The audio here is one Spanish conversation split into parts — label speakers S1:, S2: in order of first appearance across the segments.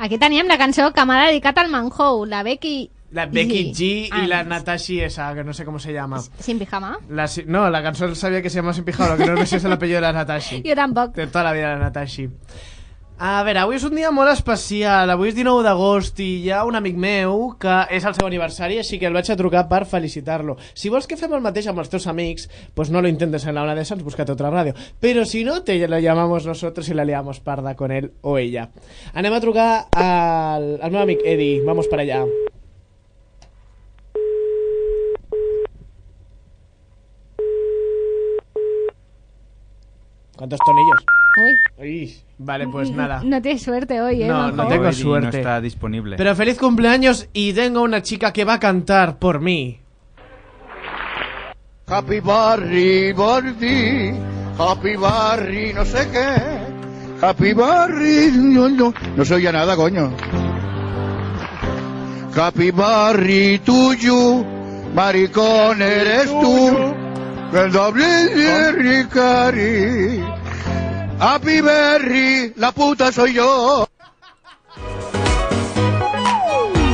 S1: Aquí teníem la cançó que m'ha dedicat al Manhou, la Becky...
S2: La Becky G y la
S1: Adams.
S2: Natashi esa, que no sé cómo se llama.
S1: Sin pijama.
S2: La si- no, la canción sabía que se llamaba Sin Pijado, que no me sé es el apellido de la Natashi.
S1: Jo tampoc.
S2: De tota la vida la Natashi. A veure, avui és un dia molt especial, avui és 19 d'agost i hi ha un amic meu que és el seu aniversari, així que el vaig a trucar per felicitar-lo. Si vols que fem el mateix amb els teus amics, pues no lo intentes en la una de esas, búscate otra radio. Pero si no, te la llamamos nosotros y la liamos parda con él o ella. Anem a trucar al, al meu amic Edi, vamos para allá. ¿Cuántos tonillos?
S1: Uy.
S2: Uy, vale, pues nada.
S1: No tienes suerte hoy, ¿eh?
S2: No,
S1: Manhou?
S2: no tengo
S3: Eddie
S2: suerte.
S3: No está disponible.
S2: Pero feliz cumpleaños y tengo una chica que va a cantar por mí.
S4: Happy Barry, Barry, Happy Barry, no sé qué. Happy Barry, no, no, no se oye nada, coño. Happy Barry, tuyo, maricón eres tú. El doble de Ricari. Happy Barry, la puta soy yo.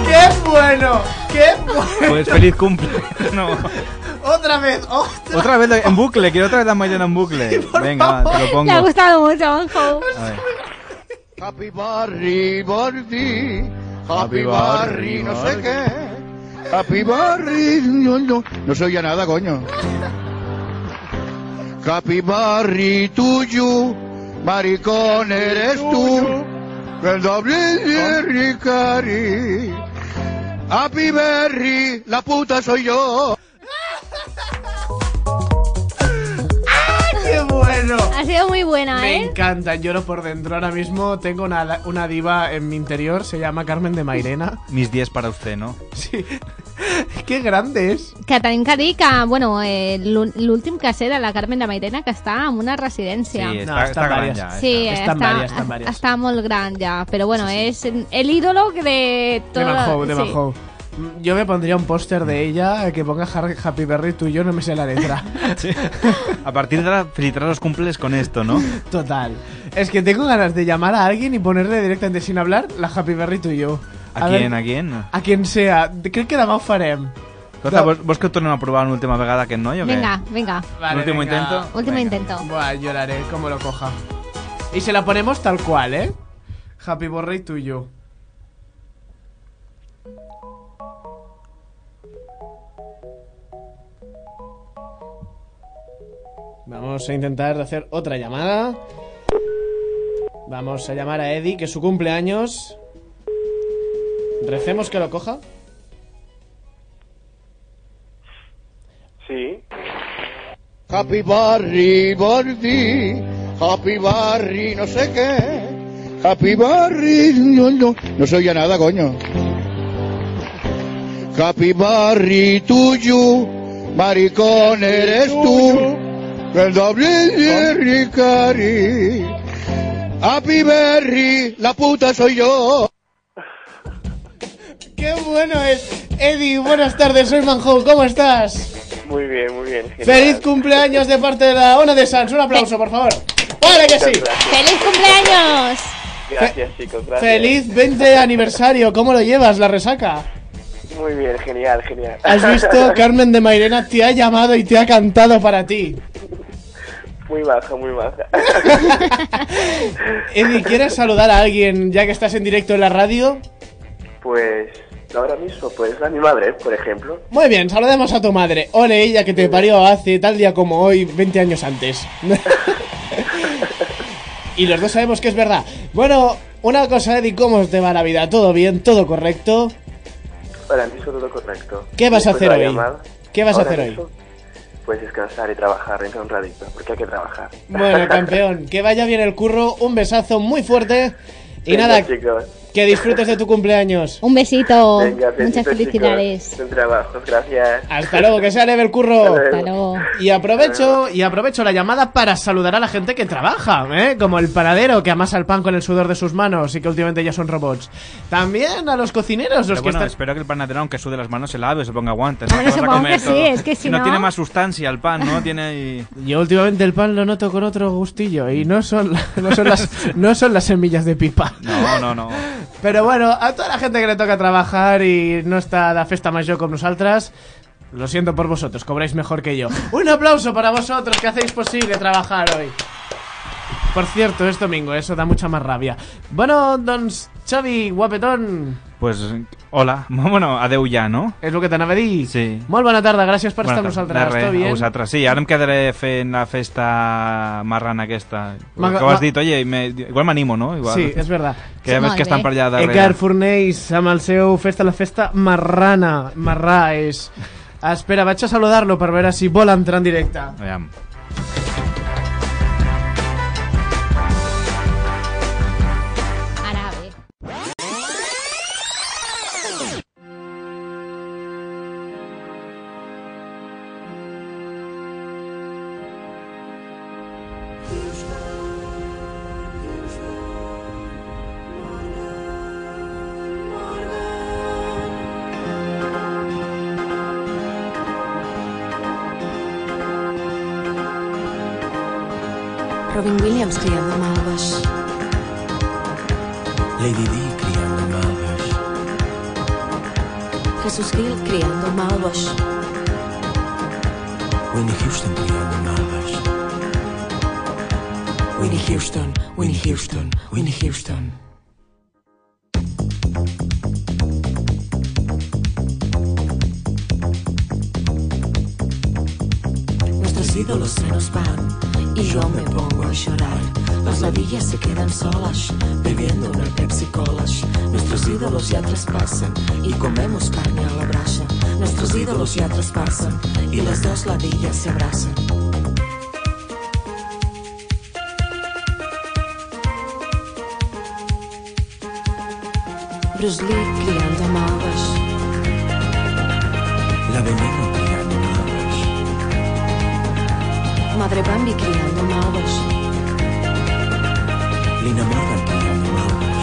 S2: ¡Qué bueno! ¡Qué bueno!
S3: Pues feliz cumple. No.
S2: ¡Otra vez! ¡Oh! ¡Otra!
S3: Otra vez la- en bucle, quiero otra vez la Mayona en bucle. Venga, va, te lo
S1: Le ha
S3: pongo.
S1: gustado mucho, Manhou.
S3: A ver.
S4: Happy Barry, Barry, Happy Barry, no sé qué. Happy Barry, no, no, no se oye nada, coño. Happy Barry, tuyo, maricón eres tú. El doble de Ricari. Happy Barry, la puta soy yo.
S2: ¡Qué bueno!
S1: Ha sido muy buena,
S2: Me
S1: ¿eh?
S2: encanta, lloro por dentro. Ahora mismo tengo una, una diva en mi interior, se llama Carmen de Mairena.
S3: Mis 10 para usted, ¿no?
S2: Sí. ¡Qué grande es!
S1: Catalín Cadí, que, bueno, eh, l'ú- l'últim que sé de la Carmen de Mairena, que està en una residència.
S3: Sí,
S2: No,
S3: está,
S2: están
S3: está gran
S2: varias.
S3: ya, está.
S1: Sí,
S2: Están
S1: está,
S2: varias, están varias.
S1: está muy grande ya. Pero bueno, es el ídolo de todo.
S2: De Manhou, de
S1: sí.
S2: Manhou. Mm, Yo me pondría un póster de ella que ponga Har- Happy Berry, tú y yo no me sé la letra.
S3: A partir de ahora, felicitar los cumples con esto, ¿no?
S2: Total. Es que tengo ganas de llamar a alguien y ponerle directamente sin hablar la Happy Berry, tú y yo.
S3: ¿A,
S2: ver-
S3: quién? ¿A quién?
S2: A quien sea. Crec que demà ho farem.
S3: Corta, ¿vos, vos que tornem a probar l'última vegada que no, jo què?
S1: Venga, venga.
S2: Vale,
S3: Último
S2: venga.
S3: intento.
S1: Último
S3: Venga.
S1: intento.
S2: Buah, lloraré, como lo coja. Y se la ponemos tal cual, ¿eh? Happy Borrey tuyo. Vamos a intentar hacer otra llamada. Vamos a llamar a Eddie, que es su cumpleaños. Recemos que lo coja.
S5: Sí.
S4: Happy Barry, Barry, Happy Barry, no sé qué. Happy Barry, no, no, no se oye nada, coño. Happy Barry, tuyo, maricón eres tú. El doble de Ricari. Happy Barry, la puta soy yo.
S2: ¡Qué bueno es! Eddie, buenas tardes, soy Manhou, ¿cómo estás?
S5: Muy bien, muy bien. genial.
S2: ¡Feliz cumpleaños de parte de la ONA de Sans! Un aplauso, por favor. ¡Vale que sí!
S5: Muchas gracias.
S1: ¡Feliz cumpleaños!
S5: Gracias, chicos. Gracias.
S2: ¡Feliz 20 aniversario! ¿Cómo lo llevas, la resaca?
S5: Muy bien, genial, genial.
S2: ¿Has visto? Carmen de Mairena te ha llamado y te ha cantado para ti.
S5: Muy baja, muy baja.
S2: Eddie, ¿quieres saludar a alguien ya que estás en directo en la radio?
S5: Pues ahora mismo, pues a mi madre, por ejemplo.
S2: Muy bien, saludemos a tu madre. Ole, ella que te parió hace tal día como hoy, 20 años antes. y los dos sabemos que es verdad. Bueno, una cosa, Eddie, ¿cómo te va la vida? ¿Todo bien? ¿Todo correcto?
S5: Ahora mismo todo correcto.
S2: ¿Qué vas a
S5: Después de
S2: hacer
S5: la
S2: hoy?
S5: llamada,
S2: ¿Qué vas a
S5: ahora
S2: hacer hoy?
S5: mismo, Pues descansar y trabajar dentro de un ratito, porque hay que trabajar.
S2: Bueno, campeón, que vaya bien el curro, un besazo muy fuerte. Y
S5: Venga,
S2: nada,
S5: chicos.
S2: Que disfrutes de tu cumpleaños.
S1: Un besito.
S6: Venga,
S1: Muchas
S6: besitos,
S1: felicidades.
S6: chicos. Buen trabajo, gracias.
S2: Hasta luego, que sea leve el curro.
S6: Hasta
S1: Hasta luego.
S2: Y aprovecho, y aprovecho la llamada para saludar a la gente que trabaja, ¿eh? como el panadero que amasa el pan con el sudor de sus manos y que últimamente ya son robots. También a los cocineros, los
S3: Pero
S2: que
S3: bueno,
S2: están...
S3: espero que el panadero, aunque sude las manos, se lave, se ponga guantes.
S1: Hombre,
S3: Te vas a
S1: supongo
S3: comer
S1: que
S3: todo.
S1: sí, es que si no-
S3: tiene más sustancia el pan, ¿no? Tiene ahí-
S2: Yo últimamente el pan lo noto con otro gustillo y no son, la- no son, las, no son las semillas de pipa.
S3: No, no, no.
S2: Pero bueno, a toda la gente que le toca trabajar y no está de festa mayor con nosotras, lo siento por vosotros, cobráis mejor que yo. Un aplauso para vosotros que hacéis posible trabajar hoy. Por cierto, es domingo, eso da mucha más rabia. Bueno, don Xavi, guapetón,
S3: Pues, hola. Bueno, adeu ja, no?
S2: es lo que t'anava a dir.
S3: Sí.
S2: Molt bona tarda, gràcies per
S3: Bona
S2: estar amb
S3: tarda.
S2: nosaltres,
S3: De res,
S2: tot
S3: A
S2: bien?
S3: vosaltres, sí. Ara em quedaré fent la festa marrana aquesta.
S2: M'agra-
S3: que ho
S2: m'a-
S3: has dit, oye, i me... igual m'animo, no? Igual.
S2: Sí, és verdad.
S3: Que ja ves
S1: Sí, molt
S3: que estan
S1: bé.
S3: per allà darrere.
S2: Edgar Fornells amb el seu Festa la Festa marrana, marrà és... Espera, vaig a saludar-lo per veure si vol entrar en directe.
S3: Aviam.
S1: Ara bé.
S7: Robin Williams criando malvas.
S8: Lady D criando malvas,
S7: Jesús Gil criando malvas.
S8: Winnie Houston criando malvas. Winnie Houston, Winnie Houston, Winnie Houston.
S7: Nuestros ídolos se nos van y yo me pongo a llorar. Las ladillas se quedan solas bebiendo una Pepsi Colas. Nuestros ídolos ya traspasan y comemos carne a la brasa. Nuestros ídolos ya traspasan y las dos ladillas se abrazan. Bruce Lee criando malvas.
S8: La veneno criando malvas,
S7: Madre Bambi criando malvas.
S8: Lina Morgan criando malvas.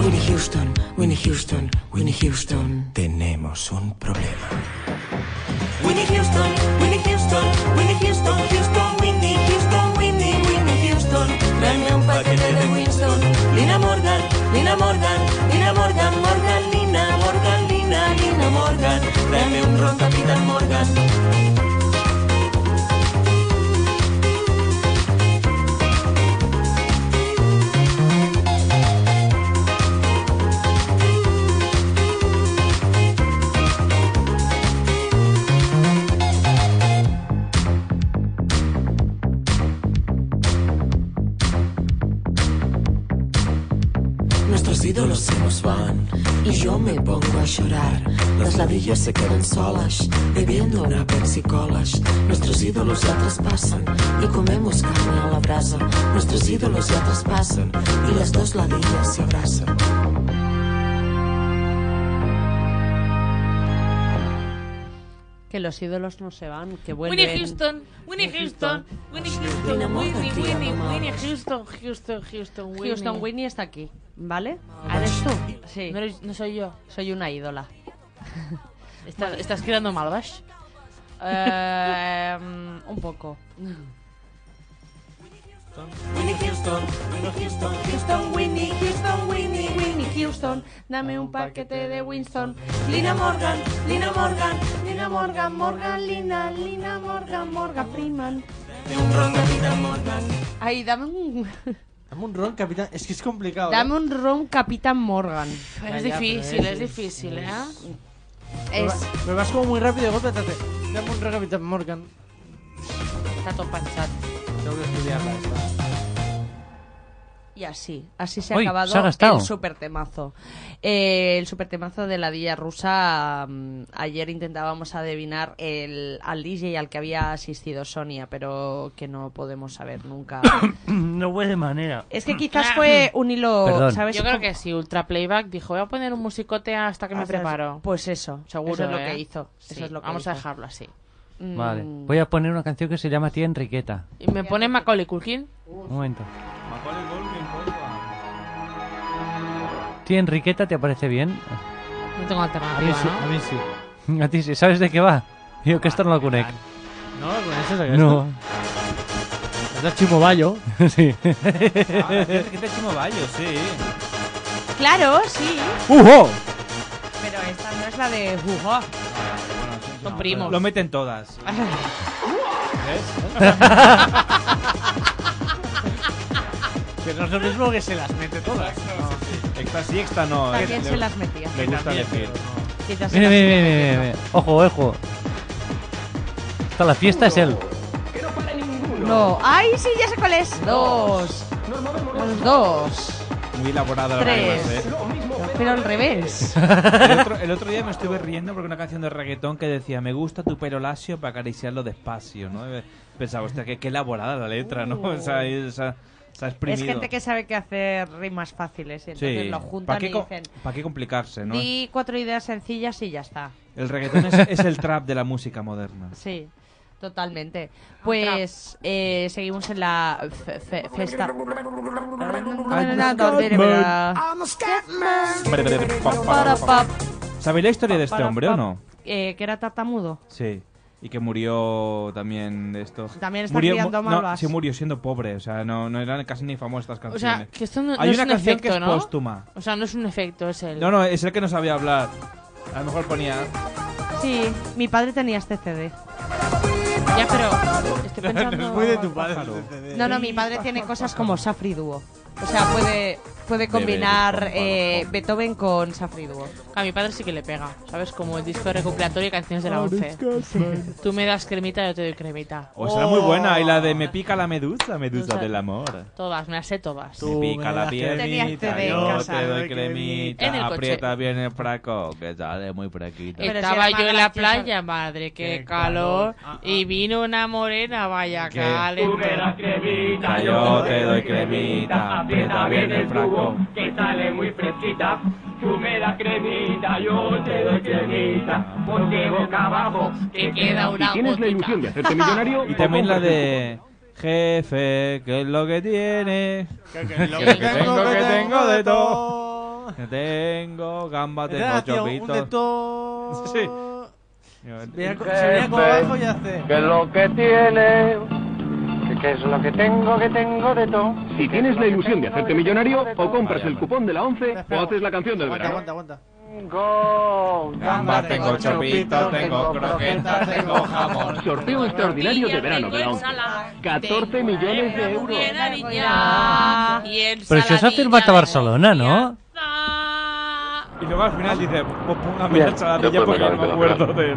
S8: Winnie Houston, Winnie Houston, Winnie Houston. Tenemos un problema.
S7: Winnie Houston, Winnie Houston, Winnie Houston, Houston, Winnie Houston, Winnie, Winnie Houston. Tráeme un paquete de Winston. Lina Morgan, Lina Morgan, Lina Morgan, Morgan, Lina, Morgan, Lina, Lina Morgan. Tráeme un ron Capitán Morgan.
S8: Nuestros ídolos se nos van y yo me pongo a llorar. Las ladillas se quedan solas bebiendo una Pepsi Colas. Nuestros ídolos ya traspasan y comemos carne a la brasa. Nuestros ídolos ya traspasan y las dos ladillas se abrazan.
S9: Que los ídolos no se van, que vuelven.
S10: Winnie Houston, Winnie Houston, Winnie Houston,
S8: Winnie
S10: Winnie,
S8: Houston,
S10: Winnie,
S8: Winnie
S10: Winnie Houston, Houston, Houston, Winnie.
S9: Houston Whitney está aquí, ¿vale? ¿Eres tú? Sí.
S10: No, eres- no soy yo.
S9: Soy una ídola.
S10: Está- ¿Estás creando malvas? Eh, mm, un poco.
S9: Winnie Houston, Winnie Houston, Houston, Winnie Houston, Winnie, Winnie Houston. Dame un paquete de Winston. Lina Morgan, Lina Morgan, Lina Morgan, Morgan, Lina, Lina Morgan, Morgan Freeman. Ay, dame un,
S11: Dame un ron, capitán. Es que es complicado. ¿eh?
S9: dame un ron Capitán Morgan.
S10: Es difícil, es difícil, ¿eh?
S11: Me,
S9: Es,
S11: va- me vas como muy rápido de golpe. espérate. Dame un ron, capitán Morgan.
S10: Está todo panchado.
S11: Tengo que estudiarla esta.
S9: Y así, así se ha
S8: Uy,
S9: acabado
S8: se ha gastado.
S9: el supertemazo. Eh, el supertemazo de la Villa Rusa. mm, ayer intentábamos adivinar el, al DJ al que había asistido Sonia, pero que no podemos saber nunca.
S8: Mm, No huele manera.
S9: es que quizás fue un hilo,
S8: Perdón.
S9: ¿sabes?
S10: Yo creo que sí, Ultra Playback dijo, voy a poner un musicote hasta que me
S9: Hasta-
S10: preparo.
S9: Pues eso,
S10: seguro.
S9: eso es lo
S10: ¿eh?
S9: que hizo,
S10: Sí,
S9: eso es lo que
S10: vamos a
S9: hizo.
S10: dejarlo así.
S11: Mm.
S8: Vale. Voy a poner una canción que se llama Tía Enriqueta.
S10: ¿Y me pone Macaulay Culkin?
S8: Un momento. Tía Enriqueta, ¿te parece bien?
S10: No tengo alternativa, ¿no?
S11: sí.
S8: A ti sí. ¿Sabes de qué va? Yo que esto no lo conec.
S11: No, con eso se
S8: No.
S11: Es de Chimo Bayo.
S8: sí.
S3: Ah, fíjate que te chimo Bayo, sí.
S9: Claro, sí.
S8: ¡Ujo!
S9: Pero esta no es la de Jujo.
S10: Son primos.
S3: Lo meten todas.
S11: ¿Ves? que no es lo mismo que se las mete todas.
S3: Esta sí, esta no. eh,
S9: También
S3: Le-
S9: se las metía.
S3: Le gusta
S11: También,
S3: elegir.
S9: Quizás
S8: Mira, mira,
S9: era así.
S8: mira, mira, mira. Ojo, ojo. Hasta la fiesta es él.
S9: No. ¡Ay, sí, ya sé cuál es! Dos. Los dos.
S3: Muy elaborada la
S9: Tres.
S3: además, ¿eh?
S9: Pero al revés.
S3: El otro, el otro día me estuve riendo porque una canción de reggaetón que decía me gusta tu pelo lacio para acariciarlo despacio, ¿no? Pensaba, hostia, qué, qué elaborada la letra, ¿no? O sea, ahí se ha- se ha exprimido.
S9: Es gente que sabe que hacer rimas fáciles y entonces
S3: Sí.
S9: lo juntan
S3: ¿Para qué,
S9: y
S3: co-
S9: dicen
S3: pa' qué complicarse, no?
S9: di cuatro ideas sencillas y ya está.
S3: El reggaetón es, es el trap de la música moderna.
S9: Sí, totalmente. Pues eh, seguimos en la fe- fe- festa.
S3: ¿Sabéis la historia de este hombre o no?
S9: Eh, que era tartamudo.
S3: Sí. Y que murió también de esto.
S9: También está
S3: murió,
S9: criando
S3: mu- no,
S9: malvas.
S3: sí murió siendo pobre, o sea, no, no eran casi ni famosas estas
S10: O
S3: canciones.
S10: sea, que esto no,
S3: Hay
S10: no
S3: una
S10: es un
S3: canción
S10: efecto,
S3: que es
S10: ¿no?
S3: póstuma.
S10: O sea, no es un efecto, es el...
S3: No, no, es el que no sabía hablar. A lo mejor ponía.
S9: Sí, mi padre tenía este CD.
S10: Ya, pero estoy pensando...
S3: Pájaro.
S9: No, no, mi padre tiene cosas como Safri Duo. O sea, puede, puede combinar eh, Beethoven con Safri Duo.
S10: A mi padre sí que le pega, ¿sabes? Como el disco recuperatorio y canciones de la 11. Tú me das cremita, yo te doy cremita.
S3: O será "Oh, muy buena. eh. Y la de Me pica la medusa, medusa
S10: Medusa.
S3: del amor.
S10: Todas, me las sé todas.
S3: Me pica la piernita,
S9: CD en
S3: yo
S9: casa.
S3: te doy
S10: En el
S3: cremita.
S10: coche.
S3: Aprieta bien el fraco, que sale muy fraquito.
S9: Pero si
S10: Estaba
S9: era
S10: yo en la
S9: más graciosa.
S10: playa, madre, qué,
S11: Qué
S10: calor.
S11: calor. Ah,
S10: Y vino una morena, vaya
S3: ¿Qué?
S10: calentón.
S3: Cremita, yo te doy cremita. Aprieta bien el fraco.
S7: que sale muy fresquita. Tú me das cremita, yo te doy cremita. Porque boca abajo te queda una Si tienes la ilusión de hacerte millonario...
S3: Y también la de. Jefe, ¿qué es lo que tiene?
S10: que
S3: que tengo, que tengo de todo. Que tengo gamba, tengo
S11: Era, tío, un de
S3: chopitos.
S11: todo.
S3: Sí.
S11: Mira, co- se veía como abajo y hace.
S12: Que lo que tiene, que, que es lo que tengo, que tengo de todo. Si tienes la ilusión de hacerte millonario, o compras el cupón de la 11 o haces la canción del
S11: Aguanta, aguanta, aguanta.
S12: Tengo
S3: Gamba, tengo chopito, tengo croquetas, tengo jamón.
S12: Sorteo extraordinario de verano de la 11. 14 millones de euros.
S8: Pero si os ha firmat a Barcelona, ¿no?
S3: Y luego al final dice, pues póngame la chaladilla porque no me acuerdo del...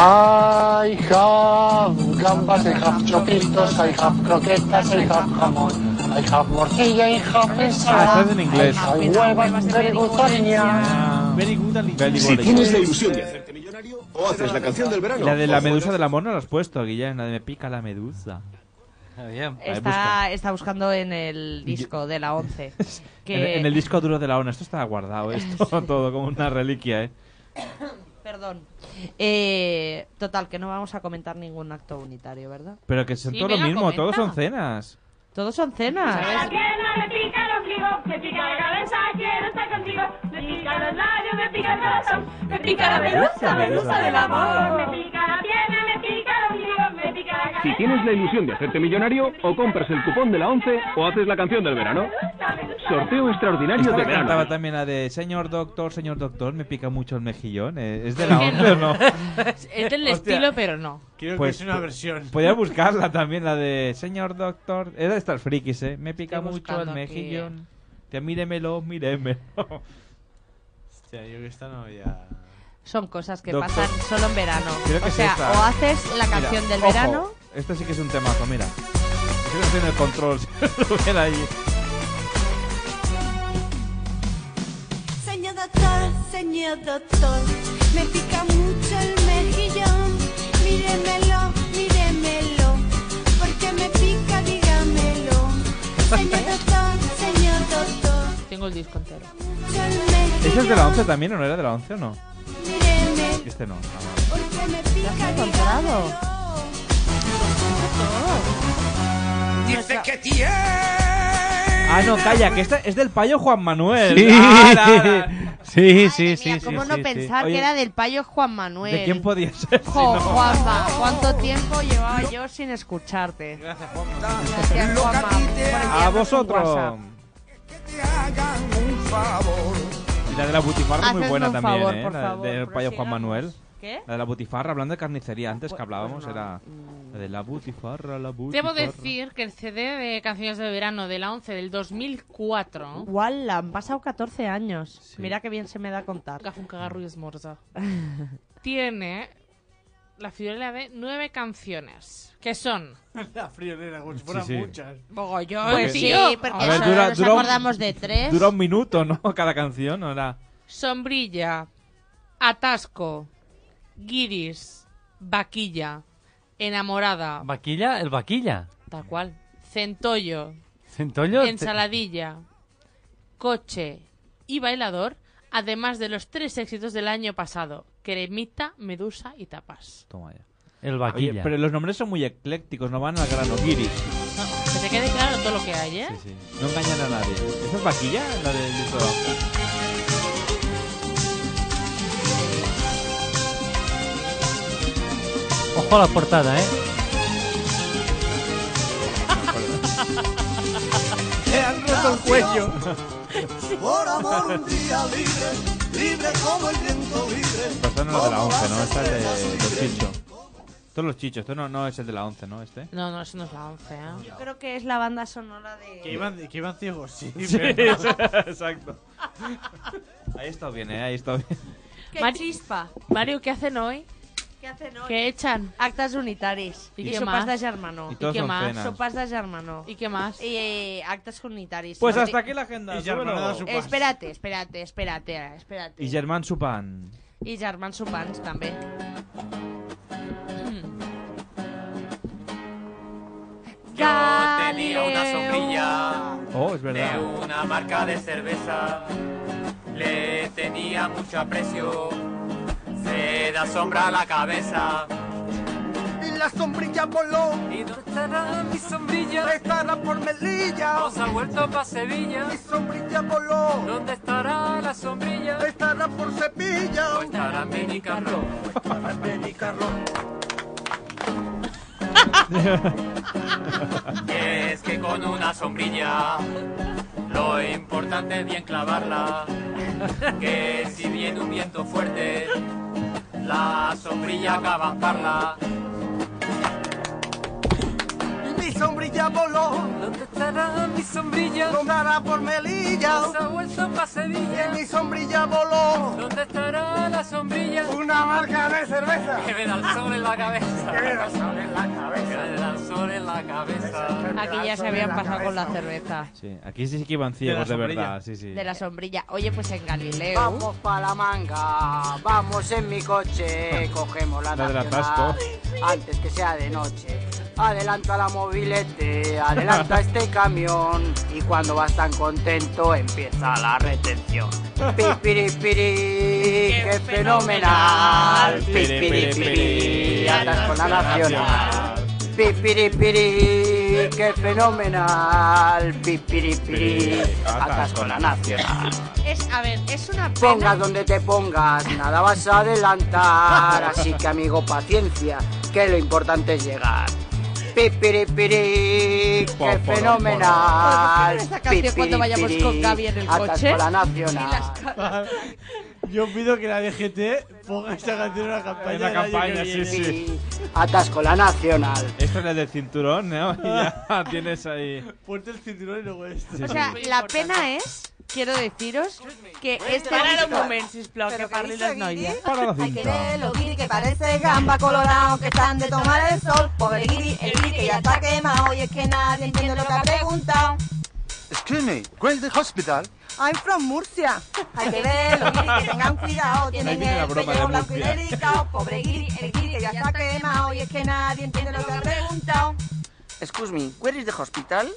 S13: I have gambas, I have chopitos, I have croquetas, I have jamón, I have morcilla, I have
S3: Ah,
S13: ensalada,
S3: estás en inglés.
S13: I have huevas de Gotonia.
S11: Very good Ali.
S3: Si
S13: tienes la ilusión de hacerte millonario, o haces la canción del verano.
S3: La de la medusa del amor no la has puesto, Guillén, la de me pica la medusa.
S8: Ah,
S9: Está, está buscando en el disco de la 11. Que,
S3: En, en el disco duro de la ONU, esto está guardado, esto todo como una reliquia, ¿eh?
S9: Perdón. Eh, total, que no vamos a comentar ningún acto unitario, ¿verdad?
S3: Pero que son
S10: Sí,
S3: todo lo
S10: venga,
S3: mismo,
S10: comenta.
S3: todos son cenas.
S9: Todos son cenas.
S7: pierna, me pica el ombligo, me pica la cabeza, quiero estar contigo. Me pica los labios, me pica el corazón, me pica la medusa, medusa del amor. Me pica la pierna, me pica el ombligo, me pica la cabeza. Si tienes la ilusión de hacerte millonario, o compras el cupón de la 11 o haces la canción del verano. Sorteo extraordinario
S3: Esta la cantaba también la de Señor Doctor, Señor Doctor, me pica mucho el mejillón. ¿eh? ¿Es de la ONU o no?
S10: Es del estilo, pero no.
S11: Quiero
S3: Pues-
S11: que es una versión.
S3: Podía buscarla también, la de Señor Doctor. Es de estas frikis, ¿eh? Me pica
S10: Estoy
S3: mucho el
S10: buscando aquí.
S3: mejillón. Ya míremelo, míremelo.
S11: Hostia, yo que esta no había.
S9: Son cosas que
S3: Doctor.
S9: pasan solo en verano.
S3: Creo que
S9: o
S3: es
S9: sea,
S3: esta. ¿eh?
S9: o haces la canción
S3: Mira,
S9: del
S3: ojo,
S9: verano.
S3: Este sí que es un temazo, mira. Creo que tiene el control, si lo tuviera ahí.
S14: señor doctor. Me pica mucho el mejillón. Míremelo, míremelo. Porque me pica, dígamelo. Señor doctor, señor doctor.
S10: Tengo el disco entero.
S3: ¿Ese ¿Este es de la 11 también o no era de la 11 o no? Este no. Ah, vale.
S14: Porque me pica, dígamelo.
S7: Dice que tiene.
S3: Ah, no, calla, que esta es del payo Juan Manuel.
S8: Sí,
S3: Ah, la, la.
S8: sí, sí, sí.
S10: ¿Cómo
S8: sí,
S10: no
S8: sí,
S10: pensar
S8: sí.
S10: que era del payo Juan Manuel?
S3: ¿De quién podía ser? si
S10: Jo,
S3: no?
S10: Juanma, ¿cuánto tiempo llevaba yo sin escucharte? Gracias, Juanma. Gracias, Juanma.
S3: A vosotros.
S10: WhatsApp.
S7: Un favor.
S3: Y la de la butifarra es muy
S10: Haznoslo
S3: buena
S10: un
S3: también,
S10: favor,
S3: ¿eh?
S10: por
S3: La de-
S10: favor,
S3: del payo Juan Manuel.
S10: ¿Qué?
S3: La de la butifarra, hablando de carnicería, antes que hablábamos era la de la butifarra, la
S10: Debo
S3: butifarra.
S10: decir que el CD de canciones de verano de la 11 del 2004...
S9: ¡Wala! Han pasado 14 años. Mira qué bien se me da contar.
S10: Gafuncagarru y Esmorza. Tiene la friolera de nueve canciones. Que son...
S11: La friolera, como si
S3: fueran Sí, sí.
S11: muchas.
S10: Bogollón,
S9: Pues sí,
S10: tío.
S9: porque
S3: A ver,
S9: solo
S3: dura-
S9: nos
S3: dura un-
S9: acordamos de tres.
S3: Dura un minuto, ¿no? Cada canción, ¿no? Era...
S10: Sombrilla, Atasco, Guiris, Vaquilla, Enamorada,
S8: ¿Vaquilla? El vaquilla.
S10: tal cual, Centollo,
S8: ¿Centollo?
S10: Ensaladilla, Coche y Bailador, además de los tres éxitos del año pasado, Cremita, Medusa y Tapas.
S3: Toma ya.
S8: El vaquilla.
S3: Oye, pero los nombres son muy eclécticos, no van al grano. Guiris.
S10: No, que te quede claro todo lo que hay, ¿eh?
S3: Sí, no engañan a nadie. ¿Esa es vaquilla? La del disco.
S8: Ojo a la portada, ¿eh?
S7: Te han roto el cuello. Por amor un día libre, libre como el viento libre.
S3: Pero esta no es de la 11, ¿no? Esta es de los chichos. Esto es los chichos, esto no, no es el de la 11, ¿no? Este.
S10: No, no, eso no es la 11, ¿eh?
S9: Yo creo que es la banda sonora de...
S11: Que iban, que iban ciegos, sí.
S3: Sí,
S11: pero-
S3: exacto. Ahí está bien, ¿eh? Ahí está bien.
S9: ¡Qué
S10: Mari-
S9: chispa!
S10: Mario, ¿qué hacen hoy?
S9: ¿Qué hacen hoy?
S10: ¿Qué echan?
S9: Actas unitaris.
S10: ¿Y
S9: Y,
S10: qué más?
S9: sopas de germano.
S3: Y todas
S10: qué
S3: son
S10: más?
S3: cenas.
S9: Sopas de germano.
S10: ¿Y qué más?
S9: Y eh, actas unitaris.
S3: Pues
S9: Sorte-
S3: hasta aquí la agenda.
S11: Y Germán
S3: súbelo.
S11: da su pas.
S9: Espérate, espérate, espérate, espérate.
S3: Y Germán Supan.
S9: I Germán Supans, també.
S3: Mm.
S7: Yo tenía una sombrilla
S3: Oh, es verdad.
S7: de una marca de cerveza. Le tenía mucho aprecio. Se da sombra a la cabeza. Y la sombrilla voló. ¿Y dónde estará mi sombrilla? Estará por Melilla. Nos ha vuelto para Sevilla. Mi sombrilla voló. ¿Dónde estará la sombrilla? Estará por Sevilla. O estará en Benicarlo. O estará en Benicarlo. Y es que con una sombrilla lo importante es bien clavarla. Que si viene un viento fuerte, la sombrilla acaba parla. Mi sombrilla voló. ¿Dónde estará mi sombrilla? ¿Dónde estará por Melilla? Nos ha vuelto pa' Sevilla. mi sombrilla voló. ¿Dónde estará la sombrilla? Una marca de cerveza. Que me da el sol en la cabeza. que me da el sol en la cabeza. Que me da el sol en la cabeza.
S10: Aquí ya se habían pasado con la cerveza.
S3: Sí, aquí sí que iban ciegos, de,
S11: De la
S3: verdad. Sí, sí.
S10: De la sombrilla. Oye, pues en Galileo.
S15: Vamos para la manga, vamos en mi coche, cogemos la
S3: La del
S15: nacional antes que sea de noche. Adelanta la mobilete, adelanta este camión y cuando vas tan contento empieza la retención. Pipiripiri, qué fenomenal. Pipiripiri, andas con la nacional. Pipiripiri, qué fenomenal. Pipiripiri, andas con la nacional.
S10: Es, a ver, es una pena.
S15: Pongas donde te pongas, nada vas a adelantar. Así que, amigo, paciencia, que lo importante es llegar. Pipiripiri, qué
S10: Poporo, poro.
S15: fenomenal.
S10: ¿Podemos poner esta canción cuando vayamos
S15: Pipiripiri,
S10: con Gaby en el
S15: atas
S10: coche?
S15: con la nacional.
S11: Yo pido que la DGT ponga esta canción en la campaña.
S3: En la
S11: del año
S3: campaña,
S11: que
S3: sí,
S11: viene.
S3: sí.
S15: Atasco la nacional.
S3: Esto es el del cinturón, ¿no? Y ya tienes ahí.
S11: Ponte el cinturón y luego esto.
S3: Sí,
S9: O
S3: sí.
S9: sea, la pena és, quiero deciros, que este
S10: Parad un
S9: disco-
S10: moment, sisplau, que parli les noies.
S3: Para la cinta.
S14: Aquel guiri que parece gamba colorado que están de tomar el sol. Pobre guiri, el guiri que ya está quemado y es que nadie entiende lo que ha preguntado.
S16: Excuse me, where's the hospital?
S14: I'm from Murcia. Hay que verlo, guiri, que tengan cuidado. Tienen
S3: viene la
S14: el
S3: broma
S14: pellejo
S3: de
S14: blanco y
S3: Murcia.
S14: delicado. Pobre guiri, el guiri que ya está quemado y es que nadie entiende lo que ha preguntado.
S15: Excuse me, where is the hospital?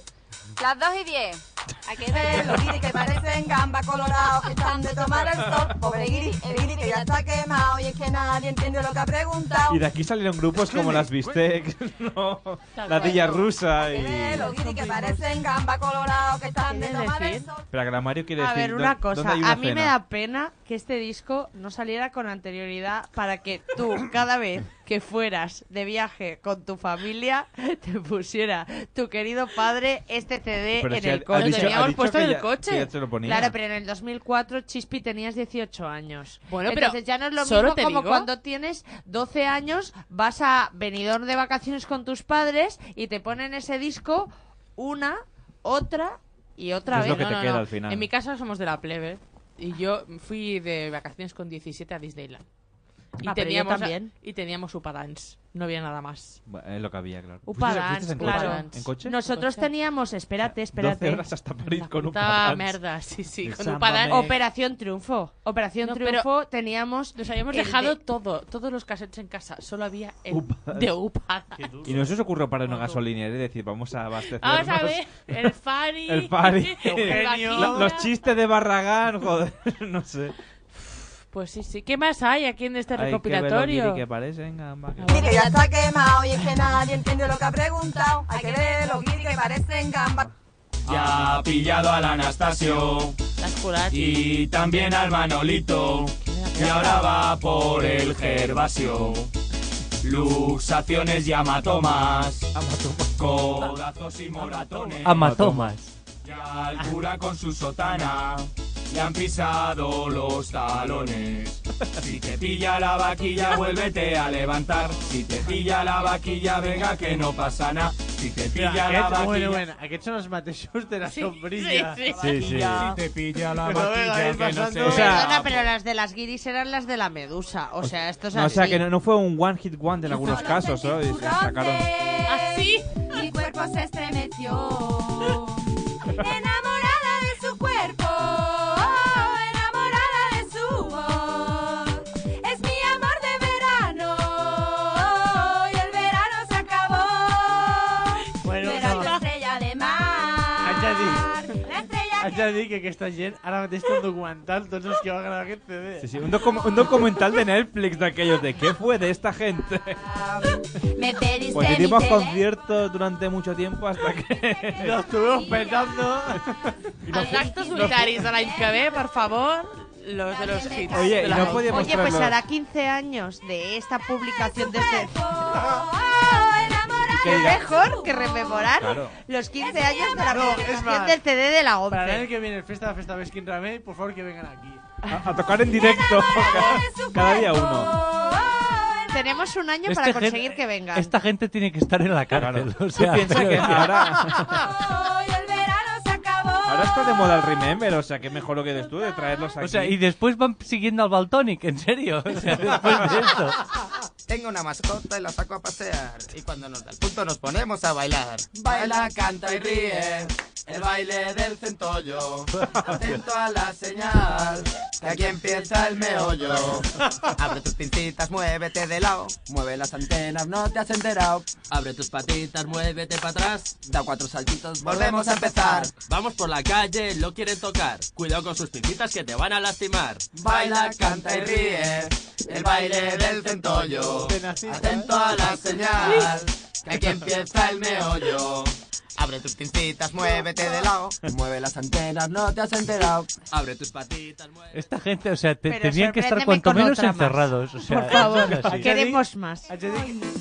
S14: Las 2 y 10. Hay que verlo, guiri, que parecen gamba colorado, que están de tomar el sol. Pobre guiri, el guiri que ya está quemado y es que nadie entiende lo que ha preguntado.
S3: Y de aquí salieron grupos como las Bistec, no, la Dilla Rusa y...
S14: Los guiri que parecen gamba colorado, que están de tomar el sol.
S3: Pero que la Mario quiere
S9: A
S3: decir...
S9: ver,
S3: ¿dó-
S9: una
S3: dónde
S9: cosa.
S3: hay una
S9: A mí me
S3: cena?
S9: da pena que este disco no saliera con anterioridad para que tú, cada vez que fueras de viaje con tu familia, te pusiera tu querido padre este CD
S3: Pero
S9: en
S3: si ha-
S9: el
S3: ha
S9: coche.
S3: dicho-
S9: lo
S3: ha
S9: teníamos
S3: dicho
S9: puesto
S3: que
S9: en el
S3: ya-
S9: coche.
S3: que ya te lo ponía.
S9: Claro, pero en el 2004, Chispi, tenías 18 años.
S10: Bueno, pero
S9: Entonces ya no es lo
S10: solo
S9: mismo
S10: te
S9: como
S10: digo-
S9: cuando tienes 12 años, vas a venidor de vacaciones con tus padres y te ponen ese disco una, otra y otra
S3: Es
S9: vez.
S3: lo que te queda al final.
S9: En mi casa somos de la plebe. Y yo fui de vacaciones con 17 a Disneyland. Y
S10: Ah, pero yo
S9: teníamos
S10: también.
S9: y teníamos Upadance. No había nada más.
S3: Bueno, Es lo que había, claro. ¿Fuisteis
S9: Upadance,
S3: en coche?
S9: claro.
S3: ¿En coche?
S9: Nosotros teníamos, espérate,
S3: 12
S9: espérate.
S3: horas hasta París con un
S9: Puta
S3: papá.
S9: merda, sí, sí, con
S3: Sálvame.
S9: Upadance. Operación Triunfo. Operación
S10: No, pero
S9: Triunfo teníamos. Nos habíamos
S10: dejado
S9: todo, todos los cassettes en casa. Solo había el
S3: Upadance.
S9: de Upadance.
S3: Y no se os ocurrió parar en una gasolinera y decir, vamos a abastecernos.
S9: Vamos a ver, el Fari.
S3: El party.
S9: Eugenio.
S3: La- los chistes de Barragán, joder, no sé.
S9: Pues sí, sí. ¿Qué más hay aquí en este
S3: Hay que verlo,
S9: recopilatorio?
S3: Guiri, que parecen gamba, que-
S14: Guiri que ya está quemado y es que nadie entiende lo que ha preguntado. Hay que verlo, guiri que parecen gamba.
S2: Ya ha pillado al Anastasio y también al Manolito. Y ahora va por el Gervasio. Luxaciones y amatomas. Codazos y moratones.
S8: Amatomas.
S2: Ya al cura con su sotana. Le han pisado los talones. Si te pilla la vaquilla, vuélvete a levantar. Si te pilla la vaquilla, venga que no pasa nada. Si te pilla
S11: Mira,
S2: la
S11: aquests, bueno,
S2: vaquilla.
S11: bueno, aquests són els mateixos de la sombrilla.
S2: sí, sí. Sí, sí. Si te pilla la
S11: Però
S2: vaquilla,
S11: venga,
S2: que
S11: ir
S2: no
S11: pasando.
S2: se- O sea,
S9: Perdona, pero las de las guiris eran las de la medusa. O sea, esto es
S3: pues- No, o sea,
S9: así.
S3: que no, no fue un one hit wonder en algunos casos, ¿no? Y se sacaron.
S9: ¿Ah,
S17: Así. Mi cuerpo se estremeció. Enamorada de su cuerpo. Enamorada de su voz. Es mi amor de verano. Y el verano se acabó.
S11: Bueno,
S17: Verás
S11: no.
S17: la estrella de mar.
S11: Haig de dir,
S17: La estrella
S11: haig de dir Ah, que aquesta gent ara mateix té un documental tots els que van gravar aquest CD.
S3: Sí, sí, un, docu- un documental de Netflix de aquellos de ¿qué fue de esta gente?
S17: Me pediste
S3: Pues
S17: mi
S3: hicimos
S17: teléfono.
S3: conciertos durante mucho tiempo hasta que...
S11: Nos estuvimos petando.
S9: Els actes unitaris de la INCAB, por favor. Los de los hits.
S3: Oye,
S9: de
S3: y
S9: la
S3: no
S9: gente.
S3: podíamos
S10: Oye, pues
S3: traerlo.
S10: hará 15 años de esta publicación de este...
S3: ¿Y qué
S10: Qué
S3: dirá?
S10: mejor que rememorar
S3: Claro.
S10: los 15 años de la
S11: No, es
S10: publicación
S11: más.
S10: del CD de la
S11: Para el año
S10: 11.
S11: que viene, fiesta de fiesta Beskin Ramey, por favor que vengan aquí.
S3: A, a tocar en directo. Cada, cada día uno.
S10: Tenemos un año
S8: Este
S10: para
S8: gen-
S10: conseguir que vengan.
S8: Esta gente tiene que estar en la cárcel. O sea,
S3: Tú piensa
S8: pero
S3: que
S8: ya.
S3: ahora,
S9: Ah,
S17: se acabó.
S3: ahora está de moda el remember, o sea, que mejor lo que des tú de traerlos aquí.
S8: O sea, y después van siguiendo al Baltonic, en serio. O sea, después de esto.
S15: Tengo una mascota y la saco a pasear. Y cuando nos da el punto nos ponemos a bailar.
S7: Baila, canta y ríe, el baile del centollo. Atento a la señal, que aquí empieza el meollo.
S15: Abre tus pincitas, muévete de lado.
S7: Mueve las antenas, no te has enterado. Abre tus patitas, muévete para atrás. Da cuatro saltitos, volvemos a empezar. Vamos por la calle, lo quieren tocar. Cuidado con sus pincitas que te van a lastimar. Baila, canta y ríe, el baile del centollo. Atento a la señal, que aquí empieza el meollo.
S15: Abre tus pincitas, muévete de lado.
S7: Mueve las antenas, no te has enterado. Abre tus patitas, muévete.
S8: Esta gente, o sea, te-
S7: Pero
S8: tenían que estar
S7: sorpréndeme
S8: cuanto
S7: con
S8: menos
S7: otra más.
S8: encerrados. O sea,
S7: Por favor,
S8: es así.
S7: queremos
S9: más.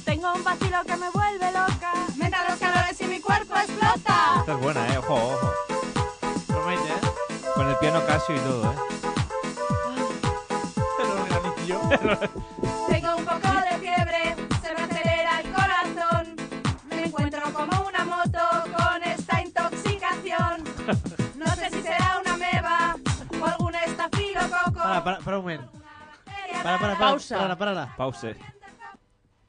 S17: Tengo un vacilo que me vuelve loca. Meta los calores y mi cuerpo explota.
S3: Esta es buena, eh. Ojo, ojo. Con el piano Casio y todo, eh.
S17: Tengo un poco de fiebre, se me acelera el corazón. Me encuentro como una moto con esta intoxicación. No sé si será una meba o algún estafilococo.
S11: Para,
S3: Ah,
S11: para, para un momento. Para, para, para.
S17: Pausa.
S11: Para, para, para.
S3: Pause.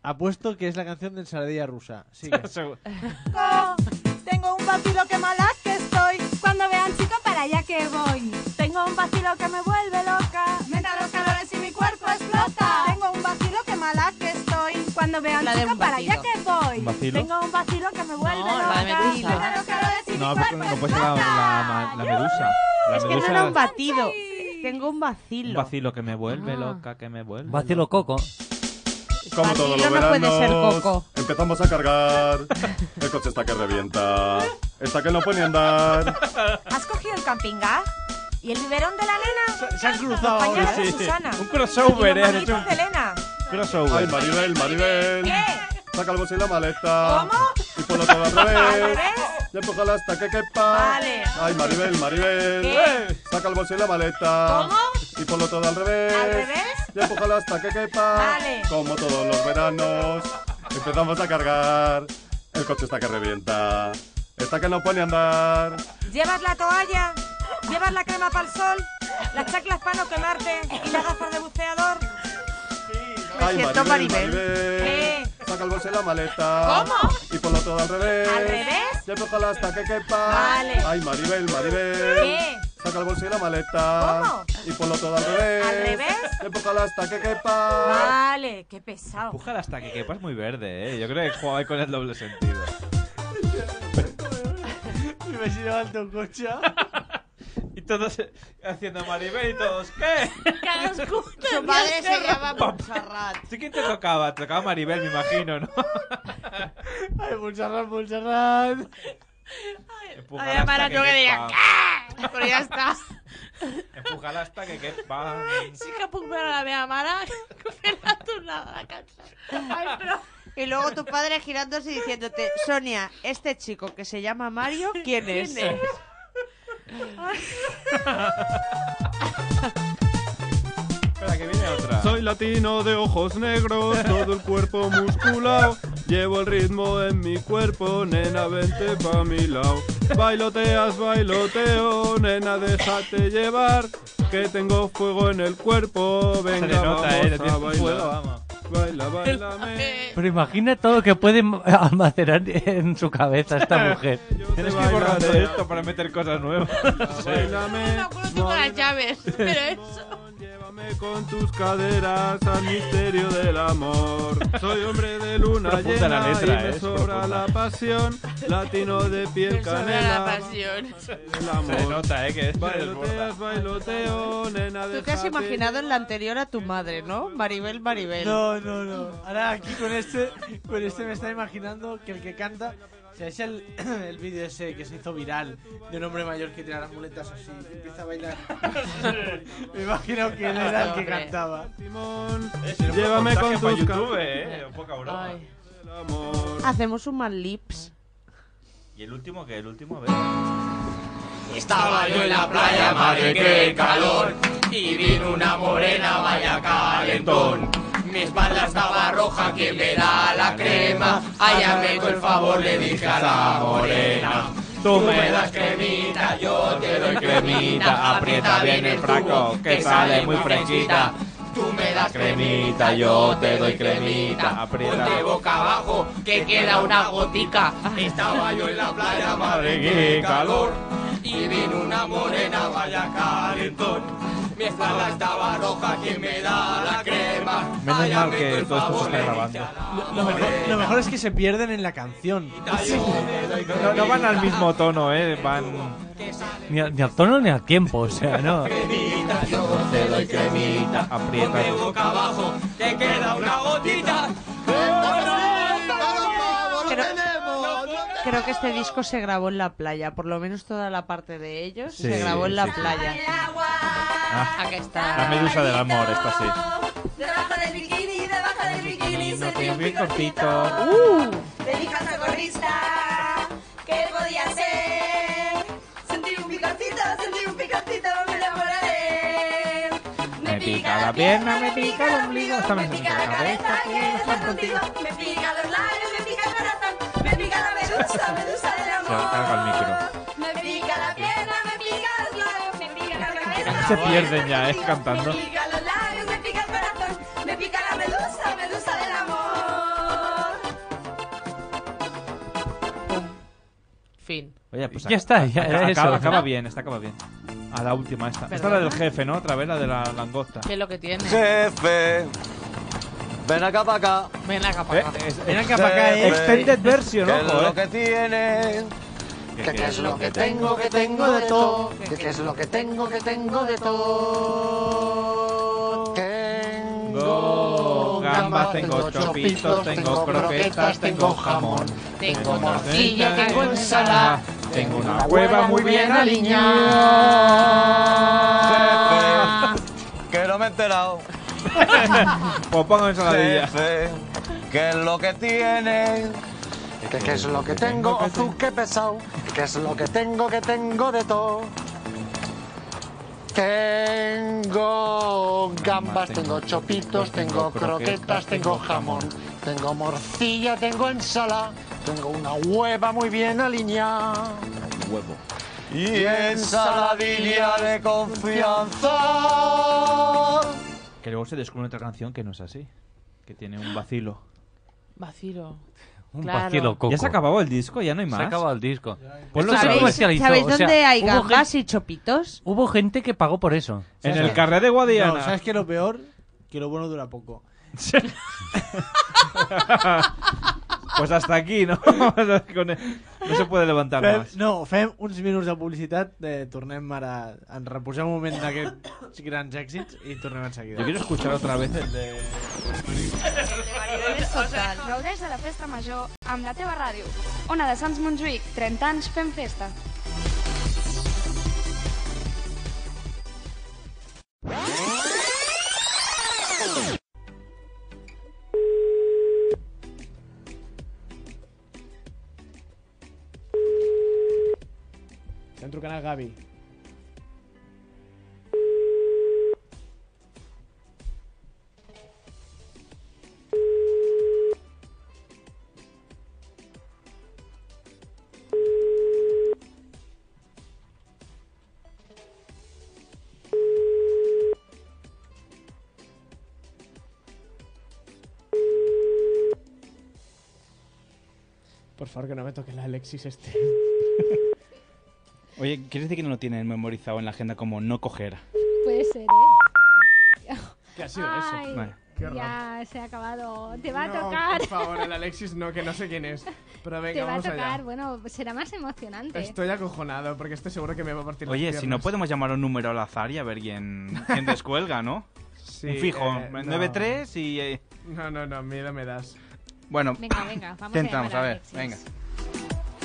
S11: Apuesto que es la canción de Ensaladilla Rusa. Sigue.
S3: Seguro. pues.
S17: Tengo un vacilo que mala que estoy. Cuando vean chico para
S18: playa que voy. Tengo un vacilo que me vuelve loca. Me da los calores y mi cuerpo explota. Tengo un vacilo que mala que estoy. Cuando vean
S9: La de
S18: chica
S9: un
S18: para
S9: vacilo.
S18: allá que voy.
S3: ¿Un vacilo?
S18: Tengo un vacilo que me vuelve
S9: No, la
S18: loca.
S9: de Medusa.
S18: Me da los calores y
S3: No,
S18: mi
S3: porque
S18: cuerpo
S3: no puede ser la, la, la medusa. La
S9: Es que no
S3: medusa-
S9: era un batido. Tengo un
S3: un
S9: vacilo.
S3: vacilo que me vuelve loca, que me vuelve.
S8: Vacilo coco.
S12: Como todos los
S9: no puede
S12: veranos,
S9: ser coco.
S12: empezamos a cargar. El coche está que revienta. Está que no puede ni andar.
S18: ¿Has cogido el camping gas? ¿Y el biberón de la nena?
S11: Se han cruzado
S18: Los pañales
S12: ahora.
S18: de
S12: Sí, sí.
S18: Susana.
S12: Un crossover,
S18: ¿Y los
S12: eh, han hecho
S18: manitos de Elena.
S3: Crossover.
S12: Ay, Maribel, Maribel. Saca el bolso y la maleta.
S18: ¿Cómo?
S12: Y ponlo todo al revés.
S18: ¿Al revés?
S12: Y empújala hasta que quepa. Ay, Maribel, Maribel.
S18: ¿Qué?
S12: Eh, Saca el bolso y la maleta.
S18: ¿Cómo?
S12: Y ponlo todo al revés.
S18: ¿Al revés?
S12: Y empújala hasta que quepa.
S18: Vale.
S12: Como todos los veranos. Empezamos a cargar. El coche está que revienta. Está que no puede ni andar.
S18: ¿Llevas la toalla? ¿Llevas la crema para el sol? ¿Las chaclas para no quemarte? ¿Y las gafas de buceador?
S12: Ay,
S18: siento Maribel.
S12: Maribel. Saca el bolso y la maleta.
S18: ¿Cómo?
S12: Y ponlo todo al revés.
S18: ¿Al revés?
S12: Y empújala hasta que quepa.
S18: Vale.
S12: Ay, Maribel, Maribel.
S18: ¿Qué?
S12: Saca el bolso y la maleta.
S18: ¿Cómo?
S12: Y ponlo todo al revés.
S18: ¿Al revés?
S12: Y empújala hasta que quepa.
S18: Vale, qué pesado.
S3: Empújala hasta que quepas muy verde, ¿eh? Yo creo que jugaba con el doble sentido.
S11: Me imagino al teu cotxe.
S3: Y todos eh, haciendo Maribel y todos, ¿qué?
S9: Su madre se llama
S3: Papá.
S9: Montserrat.
S3: ¿Sí quién te tocaba? Te tocaba Maribel, me imagino, ¿no?
S11: Ai, Montserrat, Montserrat.
S3: Empújala
S9: Había para
S3: hasta
S9: tú que diga,
S3: quepa.
S11: Ah.
S9: "¿Qué?". Pero ya está.
S3: Empújala hasta que quepa.
S9: Sí que puc veure la meva mare que fent la tornada de la cançó. Ai, però... Y luego tu padre girándose y diciéndote, Sonia, este chico que se llama Mario, ¿quién es?
S18: ¿Quién es?
S3: Espera, que viene otra.
S12: Soy latino de ojos negros, todo el cuerpo musculado. Llevo el ritmo en mi cuerpo, nena, vente pa' mi lado. Bailoteas, bailoteo, nena, déjate llevar. Que tengo fuego en el cuerpo, venga,
S3: le nota, eh, le
S12: vamos
S3: tiene
S12: a
S3: un
S12: bailar.
S3: fuego, vamos.
S12: Baila, bailame.
S8: Pero imagina todo lo que puede almacenar en su cabeza esta mujer.
S3: Tienes que ir borrando esto para meter cosas nuevas. eh. No sé.
S12: Bailame,
S9: Tú con las llaves, pero eso...
S12: llévame con tus caderas al misterio del amor. Soy hombre de luna
S3: Profunda
S12: llena
S3: la letra,
S12: y me
S3: eh, es
S12: sobra
S3: profunda.
S12: la pasión. Latino de piel
S9: La
S12: canela.
S9: pasión.
S3: Se nota, ¿eh? Que es
S12: Bailoteas, bailoteo, nena,
S9: Tú te has imaginado en la anterior a tu madre, ¿no? Maribel, Maribel.
S11: No, no, no. Ahora aquí con este, con este me está imaginando que el que canta. O sea, es el, el vídeo ese que se hizo viral de un hombre mayor que tira las muletas así y empieza a bailar. me imagino que él era el que
S12: Hombre.
S11: cantaba.
S12: Llévame con
S3: Montaje pa'
S12: tus
S3: YouTube,
S12: canciones.
S3: eh. Poca broma.
S9: Ay. Hacemos un mal lips.
S3: Y el último, que el último, a ver.
S7: Estaba yo en la playa, madre, qué calor. Y vino una morena, vaya calentón. Mi espalda estaba roja, ¿quién me da la crema? Ay, hazme el favor, le dije a la morena. Tú me das cremita, yo te doy cremita. Aprieta bien el fraco, que sale muy fresquita. Tú me das cremita, yo te doy cremita. Ponte boca abajo, que queda una gotica.
S9: Ah.
S7: Estaba yo en la playa, madre, qué calor. Y vino una morena, vaya calentón. Mi espalda estaba roja, ¿quién me da la crema?
S3: Menos mal que todo esto se está grabando.
S11: Lo mejor, lo mejor es que se pierden en la canción.
S7: eh,
S3: No, no van al mismo tono, eh. Van.
S8: Ni, al- ni al tono ni al tiempo, o sea, no.
S7: Te doy cremita, aprieta boca abajo, te queda una gotita.
S9: Creo que este disco se grabó en la playa, por lo menos toda la parte de ellos
S3: Sí,
S9: se grabó en la
S3: sí, sí.
S9: playa.
S3: Ah,
S9: Aquí está.
S3: La medusa del amor, esta sí.
S14: Debajo del bikini, debajo del bikini, se
S3: que
S14: dio
S3: es
S14: un
S3: bien
S14: pico.
S3: cortito. Uh.
S14: Te dije al socorrista, ¿qué podía ser? Sentí un picotito, sentí un picotito, me enamoraré.
S3: Me pica la pierna, me pica el ombligo. Esta me pica la cabeza.
S14: Ay, quiero estar contigo, me pica los labios, me pica el corazón, me pica la medusa, medusa del
S3: Se carga el micro.
S14: amor. Me pica la pierna, me pica los labios, me pica la cabeza.
S3: Se pierden ya, eh,
S14: Me
S3: cantando.
S14: pica los labios, me pica el corazón, me pica la medusa, medusa del amor.
S9: Fin.
S3: Oye, pues
S8: Ya está, ya,
S3: acaba,
S8: eso.
S3: acaba- acaba bien, esta acaba bien. A la última esta. Esta es la del jefe, ¿no? Otra vez la de la langosta.
S9: ¿Qué es lo que tiene?
S19: Jefe. Ven acá para acá.
S9: Ven acá
S19: Eh,
S9: para acá.
S3: Ven acá pa' acá, eh. Extended version,
S19: ¿Qué
S3: ojo,
S19: es
S3: eh.
S19: lo que tiene?
S7: ¿Qué
S19: ¿Qué es lo que
S7: tengo, que tengo de todo? ¿Qué es lo que tengo, que tengo de todo?
S3: Tengo gambas, tengo chopitos, tengo croquetas, tengo jamón. Tengo
S7: morcilla, tengo ensalada,
S3: Tengo una hueva muy bien aliñada.
S19: Que no me he enterado.
S3: Pues pongo ensaladilla.
S19: Jefe, ¿Qué es lo que tiene?
S7: ¿Qué, qué es lo que tengo? Oh, tú, qué pesado. ¿Qué es lo que tengo, que tengo de todo? Tengo gambas, tengo chopitos, tengo croquetas, tengo jamón, tengo morcilla, tengo ensalada, tengo una hueva muy bien alineada.
S19: Huevo. Y ensaladilla de
S7: Fianza.
S3: Que luego se descubre otra canción que no es así. Que tiene un vacilo.
S9: Vacilo.
S3: Un
S9: Claro.
S8: vacilo
S3: Ya se ha acabado el disco, ya no hay más.
S8: Se ha acabado el disco.
S3: Pues
S8: Esto
S3: lo
S8: se
S3: sabéis.
S8: comercializó,
S9: ¿Sabéis
S8: o sea,
S9: dónde hay
S8: hubo
S9: gambas y chopitos?
S8: Hubo gente que pagó por eso.
S3: En
S2: ¿Sabes
S3: el
S2: qué?
S3: carré de Guadiana.
S2: No, ¿Sabes qué es lo peor? Que lo bueno dura poco.
S3: pues hasta aquí, ¿no? Con el- no se puede levantar
S2: Fem,
S3: más.
S2: no, fem uns minuts de publicitat, eh, tornem ara, ens reposem un moment d'aquests grans èxits i tornem en seguida.
S3: Yo quiero escuchar otra vez el de...
S18: Gaudeix de la festa major amb la teva ràdio. Ona de Sants Montjuïc, 30 anys fent festa.
S2: Estem trucant a Gavi. Por favor, que no me toque la Alexis este.
S20: Oye, ¿quieres decir que no lo tienen memorizado en la agenda como no coger?
S1: Puede ser, ¿eh?
S2: ¿Qué ha
S20: sido eso? Vale.
S2: Qué horror.
S1: ya se ha acabado. Te va a
S2: No,
S1: tocar.
S2: Por favor, el Alexis no, que no sé quién es. Pero venga,
S1: Te va a
S2: vamos
S1: tocar.
S2: allá.
S1: Bueno, será más emocionante.
S2: Estoy acojonado porque estoy seguro que me va a partir
S20: Oye,
S2: las
S20: si no
S2: piernas.
S20: podemos llamar a un número al azar y a ver quién, quién descuelga, ¿no?
S2: Sí,
S20: un fijo,
S2: eh, no.
S20: 9-3 y... eh,
S2: No, no, no, miedo me das.
S20: bueno,
S1: Venga, venga, vamos a
S20: centramos, a,
S1: llamar a
S20: ver,
S1: Alexis.
S20: venga.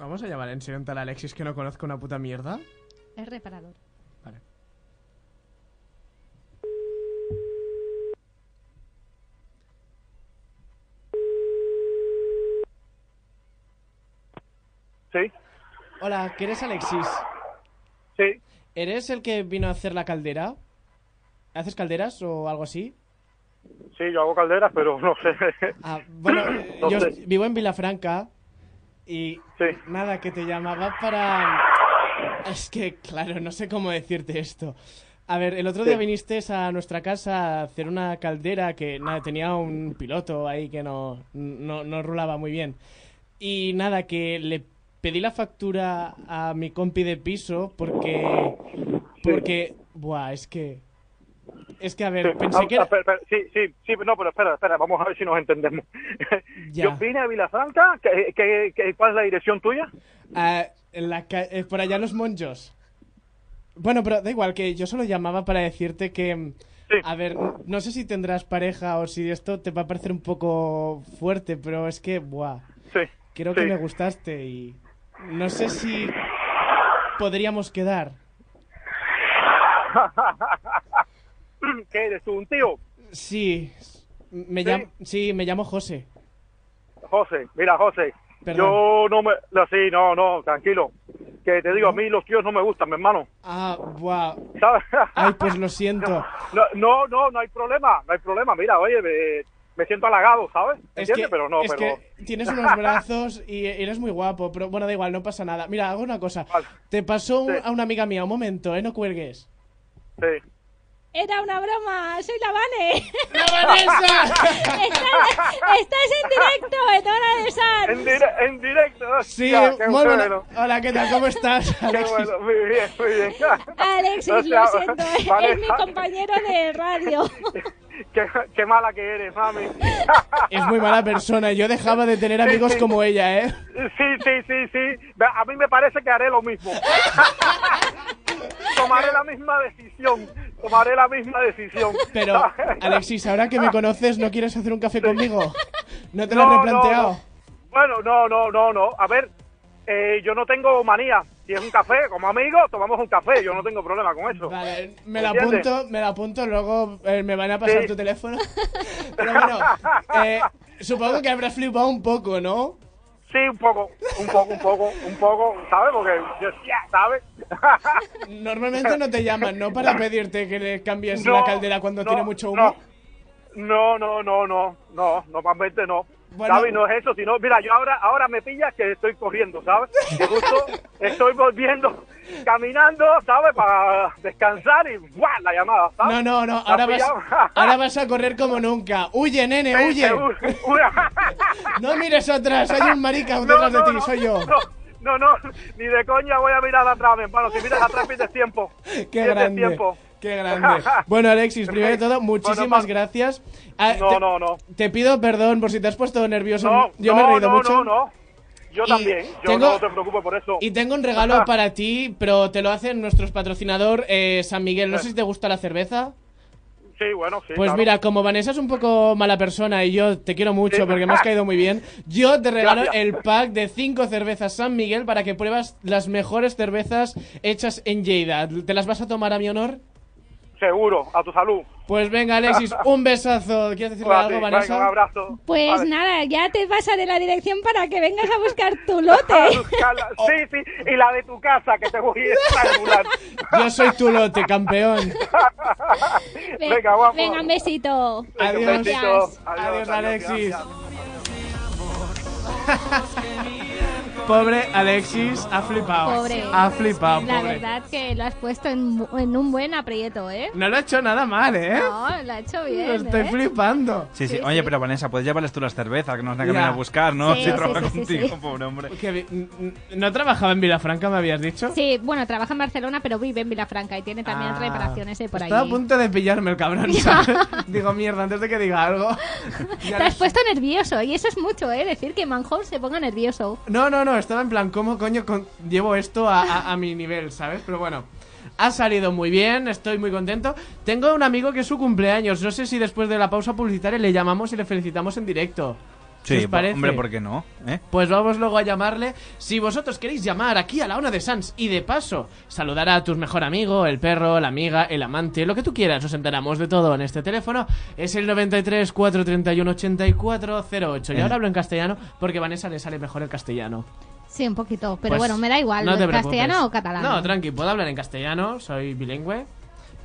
S2: ¿Vamos a llamar en serio a un tal Alexis que no conozco una puta mierda?
S1: Es reparador.
S2: Sí. Hola, ¿que eres Alexis? Sí. ¿Eres el que vino a hacer la caldera? ¿Haces calderas o algo así?
S16: Sí, yo hago calderas, pero no sé.
S2: Ah, Bueno, eh,
S16: No
S2: yo
S16: sé.
S2: est- vivo en Vilafranca y nada, que te llamaba para... Es que, claro, no sé cómo decirte esto. A ver, el otro día
S16: Sí.
S2: viniste a nuestra casa a hacer una caldera que nada, tenía un piloto ahí que no, no, no rulaba muy bien. Y nada, que le pedí la factura a mi compi de piso porque... Porque... Buah, es que... Es que, a ver,
S16: Sí.
S2: pensé
S16: Ah,
S2: que... era-
S16: espera, espera, sí, sí, sí, no, pero espera, espera, vamos a ver si nos entendemos.
S2: Ya.
S16: Yo vine a Vilafranca, ¿qué, qué, qué- cuál es la dirección tuya?
S2: Ah, en la ca- eh, por allá los monjos. Bueno, pero da igual, que yo solo llamaba para decirte que... mm, A ver, n- no sé si tendrás pareja o si esto te va a parecer un poco fuerte, pero es que, buah. Creo que
S16: sí.
S2: me gustaste y... No sé si podríamos quedar.
S16: ¿Qué eres tú, un tío?
S2: Sí. s- Me
S16: Sí.
S2: Llamo, sí, me llamo José.
S16: José, mira, José,
S2: Perdón.
S16: yo no me... no, Sí, no, no, tranquilo. Que te digo, a mí los tíos no me gustan, mi hermano.
S2: Ah, buah.
S16: ¿Sabes?
S2: Ay, pues lo siento.
S16: No, no, no, no hay problema, no hay problema. Mira, oye, me, me siento halagado, ¿sabes? ¿Me ¿Entiendes? pero no,
S2: es
S16: pero...
S2: que tienes unos brazos y eres muy guapo, pero bueno, da igual, no pasa nada. Mira, hago una cosa. Te paso un- a una amiga mía, un momento, ¿eh? No cuelgues.
S16: Sí.
S21: Era una broma, soy la Vane.
S2: ¡La Vanessa!
S21: estás, estás en directo, en hora de San.
S16: En, dire- en directo.
S2: Sí,
S16: hostia, qué
S2: muy buena.
S16: bueno.
S2: Hola, ¿qué tal? ¿Cómo estás,
S16: Qué
S2: Alexis?
S16: bueno, muy bien, muy bien.
S21: Alexis,
S16: O sea,
S21: lo siento, es- es mi
S16: Vanessa,
S21: compañero de radio.
S16: qué, qué mala que eres, mami.
S2: Es muy mala persona. Yo dejaba de tener amigos como ella, ¿eh?
S16: Sí, sí, sí, sí. Ve, A mí me parece que haré lo mismo. Tomaré la misma decisión. Tomaré la misma decisión.
S2: Pero, Alexis, ahora que me conoces, ¿no quieres hacer un café conmigo? ¿No te lo
S16: No,
S2: has
S16: no,
S2: replanteado?
S16: no. Bueno, no, no, no, no. A ver, eh, yo no tengo manía. Si es un café, como amigo, tomamos un café. Yo no tengo problema con eso.
S2: Me la
S16: ¿Entiendes?
S2: apunto, me la apunto, luego eh, me van a pasar
S16: Sí.
S2: tu teléfono. Pero bueno, eh, supongo que habrás flipado un poco, ¿no?
S16: Sí, un poco, un poco, un poco, un poco, ¿sabes? Porque, yo, ya, ¿sabes?
S2: Normalmente no te llaman, ¿no? Para pedirte que le cambies
S16: No,
S2: la caldera cuando tiene mucho humo.
S16: No, no, no, no, no, normalmente no.
S2: Bueno.
S16: David, no es eso, sino, mira, yo ahora, ahora me pillas que estoy corriendo, ¿sabes? Que justo estoy volviendo, caminando, ¿sabes? Para descansar y ¡buah! la llamada, ¿sabes?
S2: No, no, no,
S16: La
S2: ahora vas,
S16: pillamos.
S2: ahora vas a correr como nunca. Huye, nene,
S16: Sí,
S2: huye.
S16: seguro.
S2: No mires atrás, hay un marica
S16: No,
S2: detrás de
S16: no,
S2: ti,
S16: no,
S2: soy yo.
S16: No, no, no, ni de coña voy a mirar atrás, mi hermano. Si miras atrás pierdes tiempo.
S2: Qué
S16: Pierdes
S2: grande.
S16: tiempo.
S2: Qué grande. Bueno, Alexis, primero de todo, muchísimas gracias. Ah,
S16: No,
S2: te-
S16: no, no.
S2: Te pido perdón por si te has puesto nervioso.
S16: No,
S2: yo
S16: no,
S2: me he reído
S16: no,
S2: mucho.
S16: No, no, Yo
S2: Y
S16: también. Yo
S2: tengo-
S16: no te preocupes por eso.
S2: Y tengo un regalo para ti, pero te lo hace nuestro patrocinador eh, San Miguel. No sé si te gusta la cerveza.
S16: Sí, bueno, sí.
S2: Pues
S16: claro.
S2: mira, como Vanessa es un poco mala persona y yo te quiero mucho
S16: Sí.
S2: porque me has caído muy bien, yo te regalo
S16: Gracias.
S2: el pack de 5 cervezas San Miguel para que pruebas las mejores cervezas hechas en Lleida. ¿Te las vas a tomar a mi honor?
S16: Seguro, a tu salud.
S2: Pues venga, Alexis, un besazo. ¿Quieres decirle
S16: Cuídate,
S2: algo,
S16: venga,
S2: Vanessa?
S16: un abrazo.
S21: Pues
S16: Vale.
S21: nada, ya te pasaré la dirección para que vengas a buscar tu lote.
S16: Carla, Sí, sí, y la de tu casa, que te voy a estrangular.
S2: Yo soy tu lote, campeón.
S21: Ve-
S16: Venga, guapo.
S21: Venga, un besito.
S2: Adiós.
S16: Un besito.
S2: Adiós,
S16: Adiós,
S2: Alexis.
S16: gracias.
S2: Pobre Alexis, ha flipado.
S1: Pobre.
S2: Ha flipado,
S1: La
S2: pobre.
S1: verdad que lo has puesto en, bu- en un buen aprieto, ¿eh?
S2: No lo ha hecho nada mal, ¿eh?
S1: No, lo ha hecho bien.
S2: Lo estoy
S1: ¿eh?
S2: flipando.
S20: Sí, sí. Oye, pero Vanessa, puedes llevarles tú las cervezas que nos tengan que venir
S2: Ya.
S20: a buscar, ¿no?
S1: Sí,
S20: Si
S1: sí,
S20: trabaja
S1: sí, sí,
S20: contigo,
S1: sí.
S20: pobre hombre.
S2: Que vi- n- n- ¿No trabajaba en Vilafranca, me habías dicho?
S1: Sí, bueno, trabaja en Barcelona, pero vive en Vilafranca y tiene también
S2: Ah.
S1: reparaciones de por ahí.
S2: Estaba a punto de pillarme el cabrón, ¿sabes? Digo, mierda, antes de que diga algo.
S1: Te has puesto nervioso y eso es mucho, ¿eh? Decir que Manhole se ponga nervioso.
S2: No, no, no, estaba en plan, ¿cómo coño con- llevo esto a, a- a mi nivel, sabes? Pero bueno, ha salido muy bien, estoy muy contento. Tengo un amigo que es su cumpleaños, no sé si después de la pausa publicitaria le llamamos y le felicitamos en directo. ¿Qué
S20: Sí,
S2: os parece?
S20: hombre, ¿por qué no? ¿Eh?
S2: Pues vamos luego a llamarle. Si vosotros queréis llamar aquí a la una de Sans y de paso saludar a tu mejor amigo, el perro, la amiga, el amante, lo que tú quieras, nos enteramos de todo en este teléfono. Es el 93 431 8408. Y
S1: Eh.
S2: ahora hablo en castellano porque a Vanessa le sale mejor el castellano.
S1: Sí, un poquito, pero
S2: Pues,
S1: bueno, me da igual,
S2: no te preocupes.
S1: castellano o catalán.
S2: No, tranqui, puedo hablar en castellano, soy bilingüe.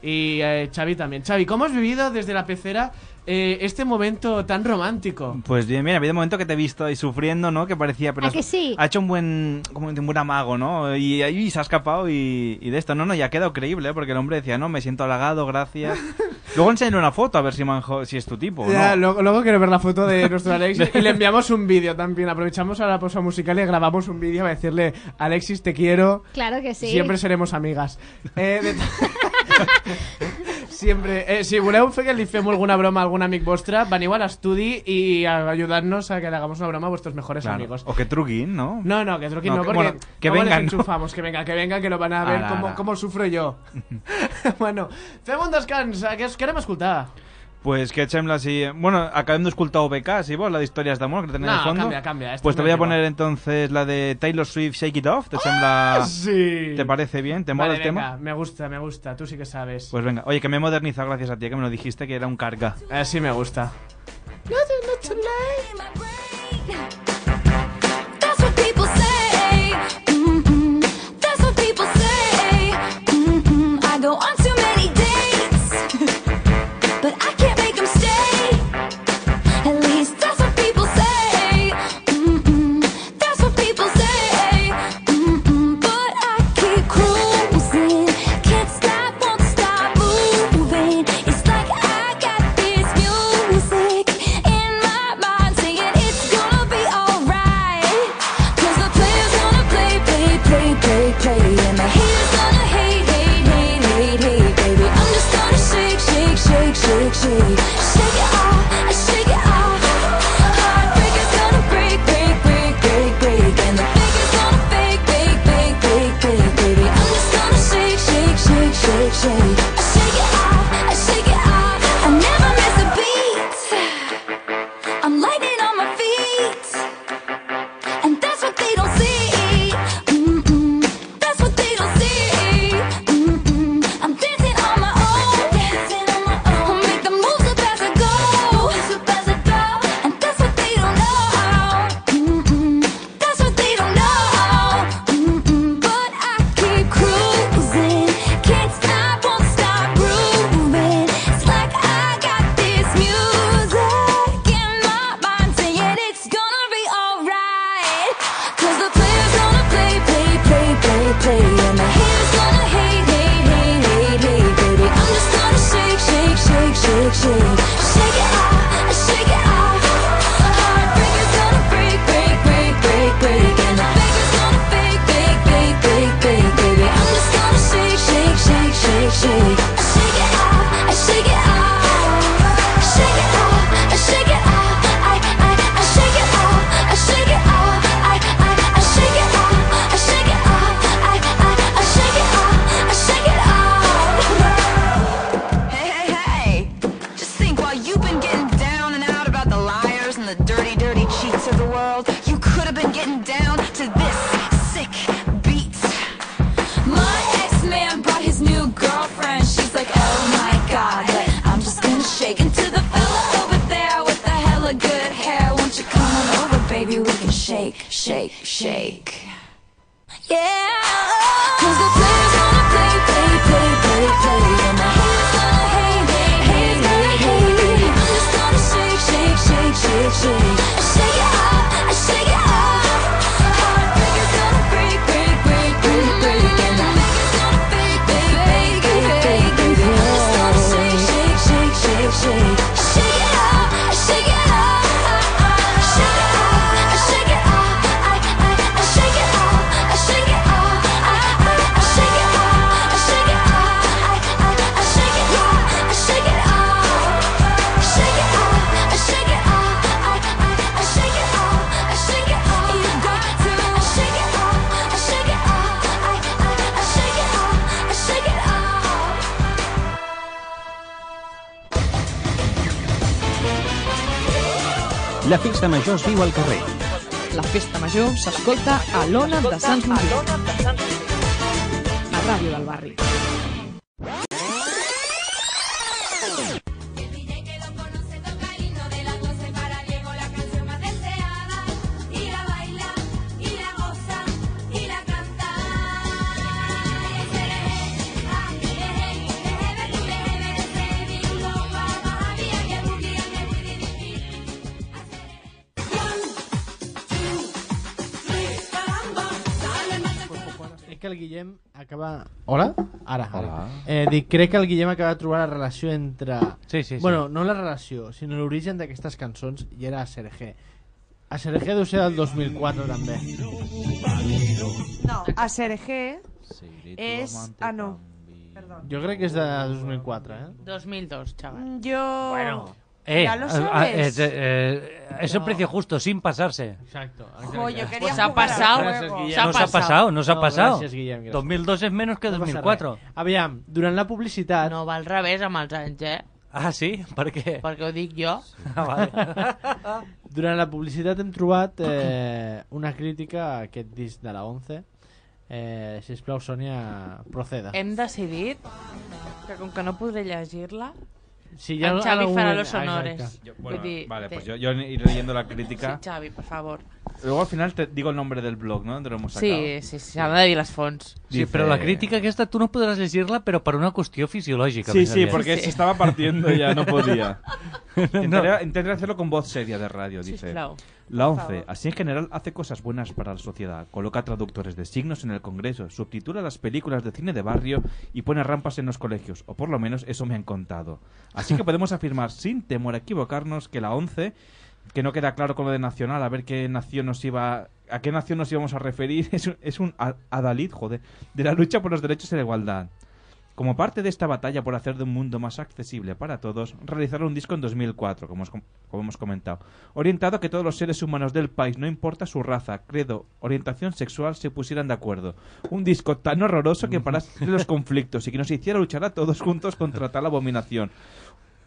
S2: Y eh, Xavi también. Xavi, ¿cómo has vivido desde la pecera eh, este momento tan romántico?
S20: Pues bien, mira, había un momento que te he visto ahí sufriendo, ¿no? Que parecía, pero
S1: Ah,
S2: ¿A que sí?
S20: ha hecho un buen, como un buen amago, ¿no? Y ahí se ha escapado y, y de esto, no, no, ya ha quedado creíble, ¿eh? porque el hombre decía, no, me siento halagado, gracias. Luego enseñaré una foto a ver si, Manjo- si es tu tipo, ¿no?
S2: Ya, luego, luego quiero ver la foto de nuestro Alexis y le enviamos un vídeo también. Aprovechamos a la pausa musical y grabamos un vídeo para decirle, Alexis, te quiero.
S1: Claro que sí.
S2: Siempre seremos amigas. Eh, de- Siempre. Eh, si voleu fer que li fem alguna broma a algun amic vostre, veniu a l'estudi i a- ayudar-nos a que le hagamos una broma a vuestros mejores
S20: Claro.
S2: amigos.
S20: O que truquín, ¿no?
S2: No, no, que truquin
S20: No,
S2: no,
S20: que-
S2: porque
S20: bueno, que
S2: luego les
S20: vengan, ¿no?
S2: enchufamos, que venga, que venga, que lo van a ver
S20: Ara,
S2: cómo,
S20: ara.
S2: cómo sufro yo. bueno, fem un descans, eh, que us querem escoltar.
S20: Pues que sembla si... Bueno, acabem d'escoltar OBK, si vols, la d'històries d'amor que tenen
S2: No,
S20: de fondo.
S2: cambia, cambia, esta
S20: Pues
S2: es
S20: te
S2: muy
S20: voy a
S2: antigua.
S20: poner entonces la de Taylor Swift, Shake It Off. ¿Te sembla...?
S2: sí.
S20: ¿Te parece bien? ¿Te mola
S2: Vale,
S20: el
S2: venga,
S20: tema?
S2: me gusta, me gusta, tú sí que sabes.
S20: Pues venga. Oye, que me he modernizado gracias a ti, eh, que me lo dijiste que era un carga.
S2: Así Eh, me gusta.
S7: That's what people say. Mm. Mm-mm. That's what people say. Mm-mm. I go on too many dates, but I can't make them stay. At least that's what people say. Mm-mm. That's what people say. Mm-mm. But I keep cruising, can't stop, won't stop moving. play, play, play. And the haters gonna hate, hate, hate, hate, hate, baby. I'm just gonna shake, shake, shake, shake, shake. Shake it off, I shake it off. Heartbreakers gonna break, break, break, break, break. And the fakers gonna fake, fake, fake, fake, fake, baby. I'm just gonna shake, shake, shake, shake, shake. I shake it off, I shake it off. I never miss a beat. I'm lightning on my feet. And that's what they don't see. Mm-mm. That's what they don't see. Mm-mm. I'm dancing on my own. Dancing on my own. I make the moves up as I go. Moves up as I go. And that's what they don't know. Mm-mm. That's what they don't know. Mm-mm. But I keep cruising. Can't stop, won't stop grooving. It's like I got this music in my mind saying it's gonna be alright. Cause the players gonna play, play, play, play, play. And the haters gonna hate, hate, hate, hate, hate, baby. I'm just gonna shake, shake, shake, shake, shake. Shake it off, I shake it off. Heartbreakers gonna break, break, break, break, break. And the fakers gonna fake, fake, fake, fake, fake, baby. I'm just gonna shake, shake, shake, shake, shake. I shake it off, I shake it off. Shake it off, I shake it off. I, I, I shake it off, I shake it off. I, I, I shake it off, I shake it off. I, I, I shake it off, I shake it off.
S14: Hey, hey, hey! Just think, while you've been getting down and out about the liars and the dirty, dirty cheats of the world, you could have been getting down to this sick beat.
S7: My ex-man brought his new girlfriend. She's like, oh my god, but I'm just gonna shake into the fella over there with the hella good hair. Won't you come on over, baby? We can shake, shake, shake. Yeah. Cause the players wanna play, play, play, play, play. And the haters gonna hate, hate, hate, hate, hate. I'm just gonna shake, shake, shake, shake, shake. I shake it off, I shake it off. Heartbreakers gonna break, break, break, break, break. And the haters gonna fake, fake, fake, fake, fake, baby. I'm just gonna shake, shake, shake, shake, shake. Shake it off, I shake it off. Shake it off, I shake it off. I, I, I shake it off, I shake it off. I, I, I shake it off, I shake it off. I, I, I shake it off, I shake it off. Shake it off, I shake it off. I, I, I shake it off, I shake it off. You got to, I shake it off, I shake it off. I, I, I shake it off, I shake it off.
S5: La festa major es viu al carrer.
S22: La festa major s'escolta a l'Ona de Sants Montjuïc. A Ràdio del Barri.
S7: Y la baila, y la goza, y la canta.
S11: És que el Guillem acaba... Hola? Ara, ara. Hola. Eh, dic, crec que el Guillem acaba de trobar la relació entre...
S20: Sí, sí, sí.
S11: Bueno, no la relació, sinó l'origen d'aquestes cançons i era a Sergé. A Sergé deu ser del 2004 també.
S9: No, a Sergé es... Ah, no.
S11: Jo crec que és de 2004, eh?
S9: 2002, chaval. Yo...
S11: Bueno.
S8: Eh,
S9: ya Mm, lo
S8: ah,
S9: sabes.
S8: ah, es, eh, eh, es un precio justo, sin pasarse.
S11: Exacto.
S9: Jo, yo quería
S11: Pues ha
S9: jugar al
S11: pasado,
S9: juego.
S11: Guillem.
S8: Nos ha pasado, nos ha
S11: No,
S8: pasado.
S11: gràcies, Guillem, gràcies.
S8: 2002 es menos que
S11: No passa
S8: 2004.
S11: res. Aviam, durant la publicitat...
S9: No, va al revés amb els anys, eh?
S8: Ah, sí? Per què?
S9: Perquè ho dic jo.
S8: Ah, vale.
S11: Durant la publicitat hem trobat eh, una crítica a aquest disc de la 11. Eh, sisplau, Sònia, proceda.
S9: Hem decidit que com que no podré llegir-la,
S11: Si
S9: en Xavi
S11: algun
S9: farà
S11: moment-
S9: los honores.
S11: Exacte.
S9: Yo-
S3: Bueno,
S9: Vull dir,
S3: vale,
S9: te-
S3: pues yo, yo iré leyendo la crítica.
S9: Sí, Xavi, por favor.
S3: Luego al final te digo el nombre del blog, ¿no? Donde lo hemos sacado.
S9: Sí, sí, sí, s'han de dir les fonts.
S8: Sí, pero la crítica que esta tú no podrás decirla, pero para una cuestión fisiológica.
S3: Sí,
S8: més
S3: sí,
S8: aviat.
S3: porque se estaba partiendo ya, no podía. Intentaré,
S8: No.
S3: intentaré hacerlo con voz seria de radio, dice.
S9: Sisplau.
S3: La
S9: Por
S3: 11.
S9: favor.
S3: Así en general hace cosas buenas para la sociedad. Coloca traductores de signos en el Congreso, subtitula las películas de cine de barrio y pone rampas en los colegios. O por lo menos eso me han contado. Así que podemos afirmar sin temor a equivocarnos que la 11, que no queda claro con lo de nacional, a ver qué nación nos iba a qué nación nos íbamos a referir es un, es un a- adalid, joder, de la lucha por los derechos y la igualdad. Como parte de esta batalla por hacer de un mundo más accesible para todos, realizaron un disco en 2004, como, os com- como hemos comentado, orientado a que todos los seres humanos del país, no importa su raza, credo, orientación sexual, se pusieran de acuerdo. Un disco tan horroroso que parase los conflictos y que nos hiciera luchar a todos juntos contra tal abominación.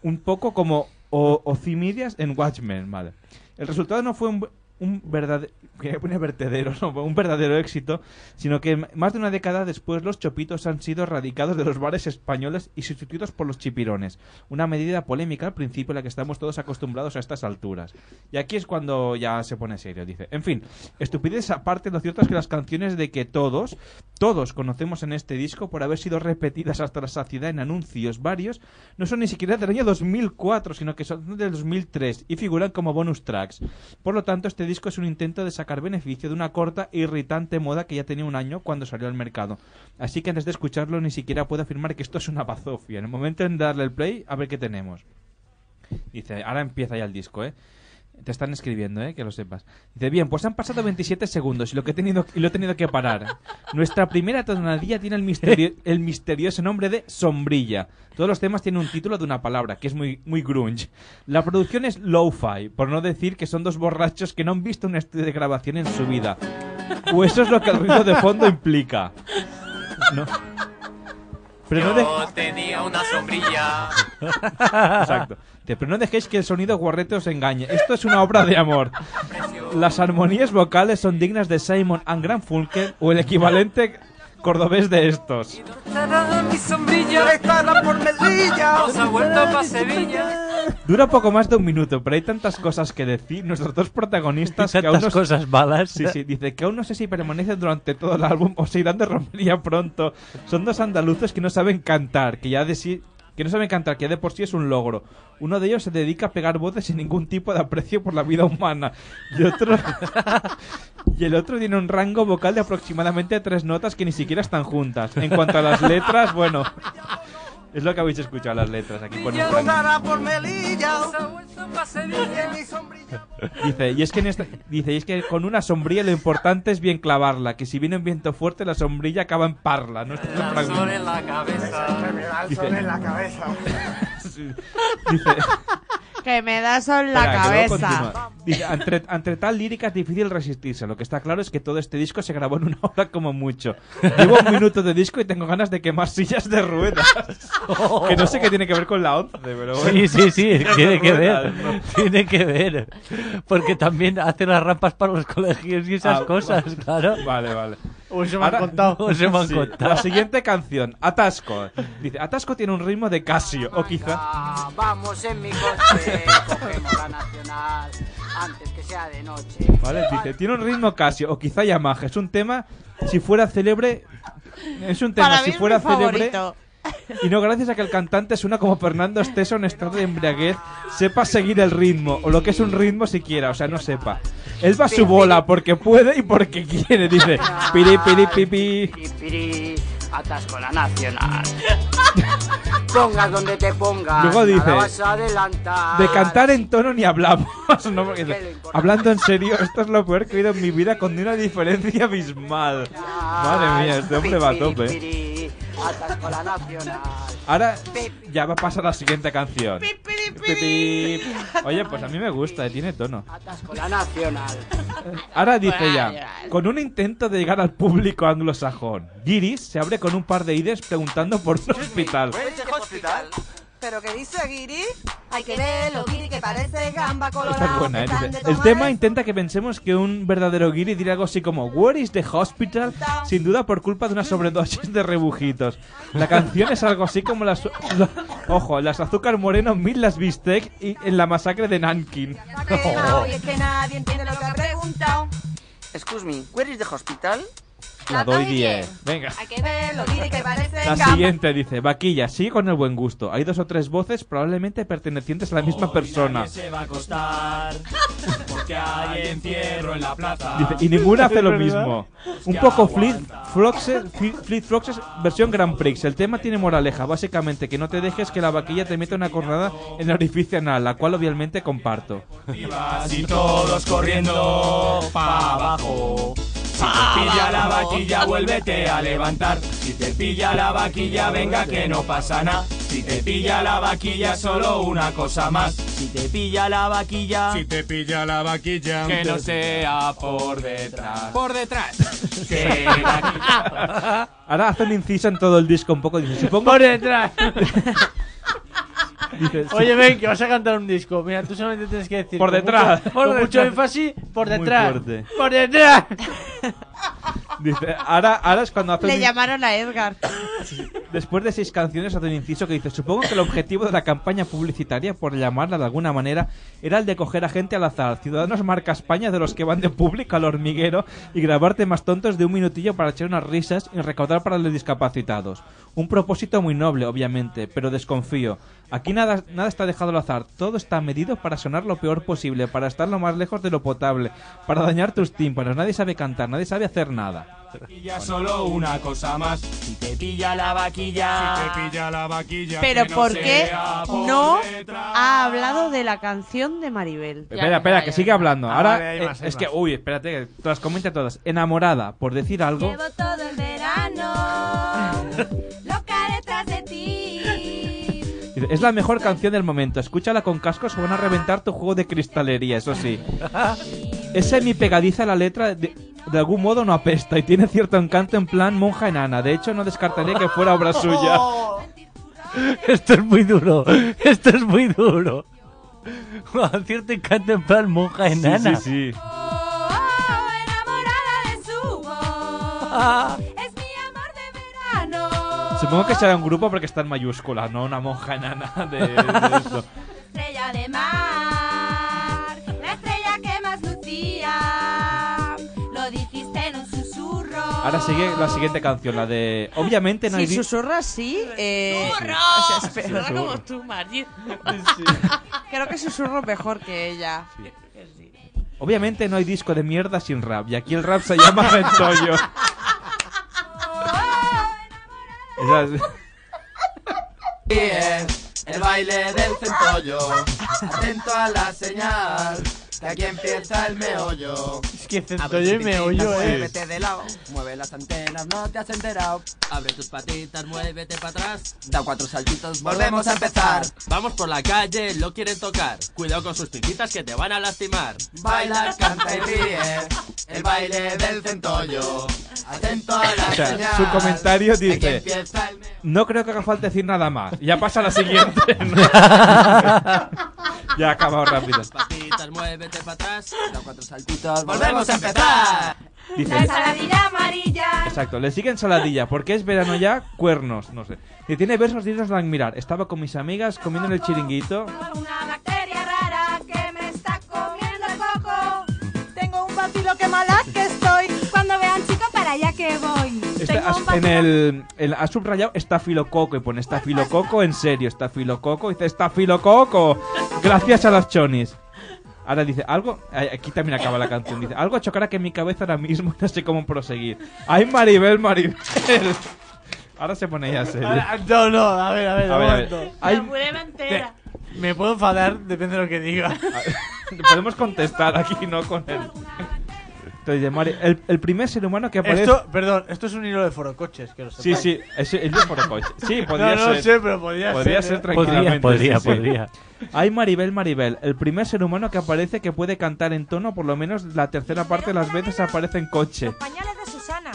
S3: Un poco como o Ocimirias en Watchmen, vale. El resultado no fue un, verdadero vertedero, no, un verdadero éxito, sino que m- más de una década después los chopitos han sido erradicados de los bares españoles y sustituidos por los chipirones, una medida polémica al principio a la que estamos todos acostumbrados a estas alturas. Y aquí es cuando ya se pone serio, dice. En fin, estupidez aparte, lo cierto es que las canciones de que todos, todos conocemos en este disco por haber sido repetidas hasta la saciedad en anuncios varios, no son ni siquiera del año 2004, sino que son del 2003 y figuran como bonus tracks. Por lo tanto, este disco es un intento de sacar beneficio de una corta e irritante moda que ya tenía un año cuando salió al mercado. Así que antes de escucharlo ni siquiera puedo afirmar que esto es una bazofia. En el momento en darle el play, a ver qué tenemos. Dice, ahora empieza ya el disco, ¿eh? Te están escribiendo, ¿eh? Que lo sepas. Dice, bien, pues han pasado 27 segundos y lo, que he tenido, y lo he tenido que parar. Nuestra primera tonadilla tiene el, misterio- el misterioso nombre de Sombrilla. Todos los temas tienen un título de una palabra, que es muy, muy grunge. La producción es lo-fi, por no decir que son dos borrachos que no han visto un estudio de grabación en su vida. O eso es lo que el ruido de fondo implica. No. Pero no de-
S4: Yo tenía una sombrilla.
S3: Exacto. Te- Pero no dejéis que el sonido guarrete os engañe. Esto es una obra de amor. Las armonías vocales son dignas de Simon and Garfunkel o el equivalente cordobés de estos.
S4: Mi sombrilla estará por Melilla. Nos ha vuelto pa' Sevilla.
S3: Dura poco más de un minuto, pero hay tantas cosas que decir. Nuestros dos protagonistas... que aún
S8: Tantas
S3: no-
S8: cosas malas.
S3: Sí, sí, dice que aún no sé si permanecen durante todo el álbum o se irán de romería pronto. Son dos andaluces que no saben cantar, que ya de sí- que no saben cantar, que ya de por sí es un logro. Uno de ellos se dedica a pegar voces sin ningún tipo de aprecio por la vida humana. Y otro y el otro tiene un rango vocal de aproximadamente tres notas que ni siquiera están juntas. En cuanto a las letras, bueno, es lo que habéis escuchado las letras aquí pone
S4: Yo
S3: un rango.
S4: estará por Melilla. Nos ha vuelto pa' Sevilla. Mi sombrilla.
S3: Dice, y es que en esta- dice, y es que con una sombrilla lo importante es bien clavarla, que si viene un viento fuerte la sombrilla acaba en parla, no Este es el fragmento.
S4: Sobre la cabeza.
S3: Dice-
S4: Sobre la cabeza.
S3: Dice,
S9: Que me das en la
S3: espera, que luego
S9: cabeza.
S3: continúa. Dice, entre, ante tal lírica es difícil resistirse. Lo que está claro es que todo este disco se grabó en una hora como mucho. Llevo un minuto de disco y tengo ganas de quemar sillas de ruedas. que no sé qué tiene que ver con la 11, pero bueno.
S8: Sí, sí, sí,
S3: Sillas de
S8: tiene que
S3: ruedas,
S8: ver.
S3: ¿no?
S8: Tiene que ver. Porque también hace las rampas para los colegios y esas
S3: Ah,
S8: cosas,
S3: vale.
S8: claro.
S3: Vale, vale.
S8: Uy, se me han contado. Uy, se me han contado.
S3: La siguiente canción, Atasco. Dice, Atasco tiene un ritmo de Casio, o quizá...
S15: Ah, Vamos en mi coche, cogemos la nacional antes que sea de noche.
S3: Vale, dice, tiene un ritmo Casio, o quizá Yamaha. Es un tema, si fuera célebre... Es un tema,
S9: Para mí
S3: si
S9: es
S3: fuera
S9: mi
S3: célebre...
S9: favorito.
S3: Y no gracias a que el cantante suena como Fernando Esteso en estado de embriaguez, sepa seguir el ritmo, o lo que es un ritmo siquiera, o sea, no sepa. Él va a su bola porque puede y porque quiere, dice. Piri, piri, pipi.
S15: Piripiri, atasco la nacional. Pongas donde te pongas,
S3: Luego dice,
S15: nada vas a adelantar.
S3: De cantar en tono ni hablamos. ¿no? Porque dice, hablando en serio, esto es lo peor que he oído en mi vida con una diferencia abismal. Madre mía, este hombre va a tope.
S15: Piripiri, atasco la nacional.
S3: Ahora ya va a pasar la siguiente canción. Pipi. Oye, pues a mí me gusta, eh, tiene tono.
S15: Atasco la nacional.
S3: Ahora dice ya, con un intento de llegar al público anglosajón, Giris se abre con un par de ides preguntando por un hospital.
S4: hospital?
S18: ¿Pero qué dice Guiri? Hay que verlo, Guiri, que parece gamba colorada.
S3: Está buena, ¿eh?
S18: que están
S3: Dice,
S18: de
S3: El
S18: tomar
S3: tema intenta que pensemos que un verdadero guiri dirá algo así como Where is the hospital? Sin duda por culpa de una sobredosis de rebujitos. La canción es algo así como las... lo- ojo, las azúcar moreno, mil las bistec y en la masacre de Nankin.
S18: crema, y es que nadie entiende lo que ha preguntado.
S4: Excuse me, where is the hospital?
S3: La doy 10. Venga.
S18: Hay que verlo, tiene que parecer
S3: La siguiente dice, vaquilla, sigue con el buen gusto. Hay dos o tres voces probablemente pertenecientes a la misma persona.
S7: se va a acostar porque hay entierro en la plaza.
S3: Dice, y ninguna hace lo mismo. Un poco Fleet Foxes, Fleet Foxes versión Grand Prix. El tema tiene moraleja, básicamente que no te dejes que la vaquilla te meta una cornada en el orificio anal, la cual obviamente comparto.
S7: Así todos corriendo pa' abajo. Si te pilla la vaquilla, vuélvete a levantar. Si te pilla la vaquilla, venga que no pasa nada. Si te pilla la vaquilla, solo una cosa más. Si te pilla la vaquilla, si te pilla la vaquilla, que no sea por detrás. Por detrás. Que vaquilla.
S3: Ahora hace un inciso en todo el disco un poco. Dice, supongo...
S11: Por detrás.
S3: Dice,
S11: Oye,
S3: "Sup-
S11: ven, que vas a cantar un disco. Mira, tú solamente tienes que decir.
S3: Por
S11: con
S3: detrás.
S11: mucho-
S3: Por
S11: con mucho
S3: detrás.
S11: énfasis, por
S3: Muy
S11: detrás.
S3: fuerte.
S11: Por detrás.
S3: Dice, ahora, ahora es cuando hace un
S9: Le
S3: in-
S9: llamaron a Edgar.
S3: Después de seis canciones hace un inciso que dice, supongo que el objetivo de la campaña publicitaria, por llamarla de alguna manera, era el de coger a gente al azar, ciudadanos marca España de los que van de público al hormiguero y grabarte más tontos de un minutillo para echar unas risas y recaudar para los discapacitados. Un propósito muy noble, obviamente, pero desconfío. Aquí nada, nada está dejado al azar, todo está medido para sonar lo peor posible, para estar lo más lejos de lo potable, para dañar tus tímpanos, nadie sabe cantar, nadie sabe hacer nada.
S7: Pilla solo una cosa más. Si te pilla la vaquilla, si te pilla la vaquilla,
S9: Pero
S7: que no
S9: ¿por qué
S7: sea por
S9: no ha hablado de la canción de Maribel?
S3: espera, espera, que sigue hablando.
S11: Ah,
S3: Ahora
S11: vale, hay
S3: eh,
S11: más, hay
S3: es que, uy, espérate, que te las comenta todas. Enamorada, por decir algo.
S18: Llevo todo el verano loca detrás de ti.
S3: dice, Es la mejor canción del momento. Escúchala con cascos o van a reventar tu juego de cristalería, eso sí. Es semi pegadiza la letra, de, de algún modo no apesta y tiene cierto encanto en plan monja enana. De hecho, no descartaría que fuera obra suya.
S18: Oh.
S8: Esto es muy duro. Esto es muy duro. Con cierto encanto en plan monja
S3: Sí,
S8: enana.
S3: sí, sí.
S18: de su
S8: Ah.
S18: voz. Es mi amor de verano.
S3: Supongo que será un grupo porque está en mayúscula, no una monja enana de, de esto.
S18: Estrella de mar, la estrella que más lucía. Lo dijiste en un susurro.
S3: Ahora sigue la siguiente canción, la de. Obviamente no hay.
S9: Si
S3: di-
S9: susurra sí, eh,
S3: Susurro.
S9: o sea,
S3: Sí,
S9: espera,
S3: susurro.
S9: como tú, Mari. Creo que susurro mejor que ella.
S3: Obviamente no hay disco de mierda sin rap, y aquí el rap se llama Ventollo. Esa es-
S7: Y es el baile del centollo. Atento a la señal, que aquí empieza el meollo.
S11: Es que
S7: Abre
S11: centollo y
S7: tus
S11: me
S7: patitas,
S11: oyo, eh.
S7: Muévete de lado, mueve las antenas, no te has enterado.
S23: Abre tus patitas, muévete para atrás.
S7: Da cuatro saltitos, volvemos a empezar. Vamos por la calle, lo quieren tocar. Cuidado con sus pincitas que te van a lastimar. Baila, canta y ríe, el baile del centollo. Atento a la
S3: o sea,
S7: señal.
S3: su comentario dice:
S7: empieza el-
S3: No creo que haga falta decir nada más. Ya pasa a la siguiente. ¿no? ya ha acabado rápido.
S7: Patitas, muévete para atrás. Da cuatro saltitos, volvemos a empezar.
S3: Dice:
S18: La ensaladilla amarilla.
S3: Exacto, le siguen saladilla, porque es verano ya, cuernos, no sé. Y tiene versos dignos de admirar. Estaba con mis amigas comiendo en el chiringuito.
S18: Una bacteria rara que me está comiendo el coco.
S14: Tengo un vacilo que mala que estoy. Cuando vean chico para allá que voy.
S3: Este,
S14: Tengo
S3: has-
S14: un
S3: en
S14: vacilo
S3: el, el- ha subrayado estafilococo y pone estafilococo en serio, estafilococo, dice estafilococo, gracias a las chonis. Ahora dice algo, ay, aquí también acaba la canción, dice algo chocará que en mi cabeza ahora mismo no sé cómo proseguir. ¡Ay, Maribel, Maribel! Ahora se pone ya serio.
S11: Ahora, No, no, a ver, a ver,
S3: A ver, a ver.
S11: un momento.
S3: Hay-
S11: Te- Me puedo enfadar, depende de lo que diga.
S3: Podemos contestar aquí, ¿no? Con él. Entonces dice, Mari, el, el primer ser humano que aparece...
S11: Esto, perdón, esto es un hilo de forocoches, que lo
S3: Sí,
S11: sepáis.
S3: sí, es el de Forocoche. Sí, podría
S11: No,
S3: ser.
S11: no sé, pero podría
S3: podría
S11: ser, ¿eh?
S3: tranquilamente.
S8: Podría,
S3: sí,
S8: podría,
S3: sí. Hay Maribel Maribel, el primer ser humano que aparece que puede cantar en tono, por lo menos la tercera parte de las veces aparece en coche.
S18: Pañales de Susana.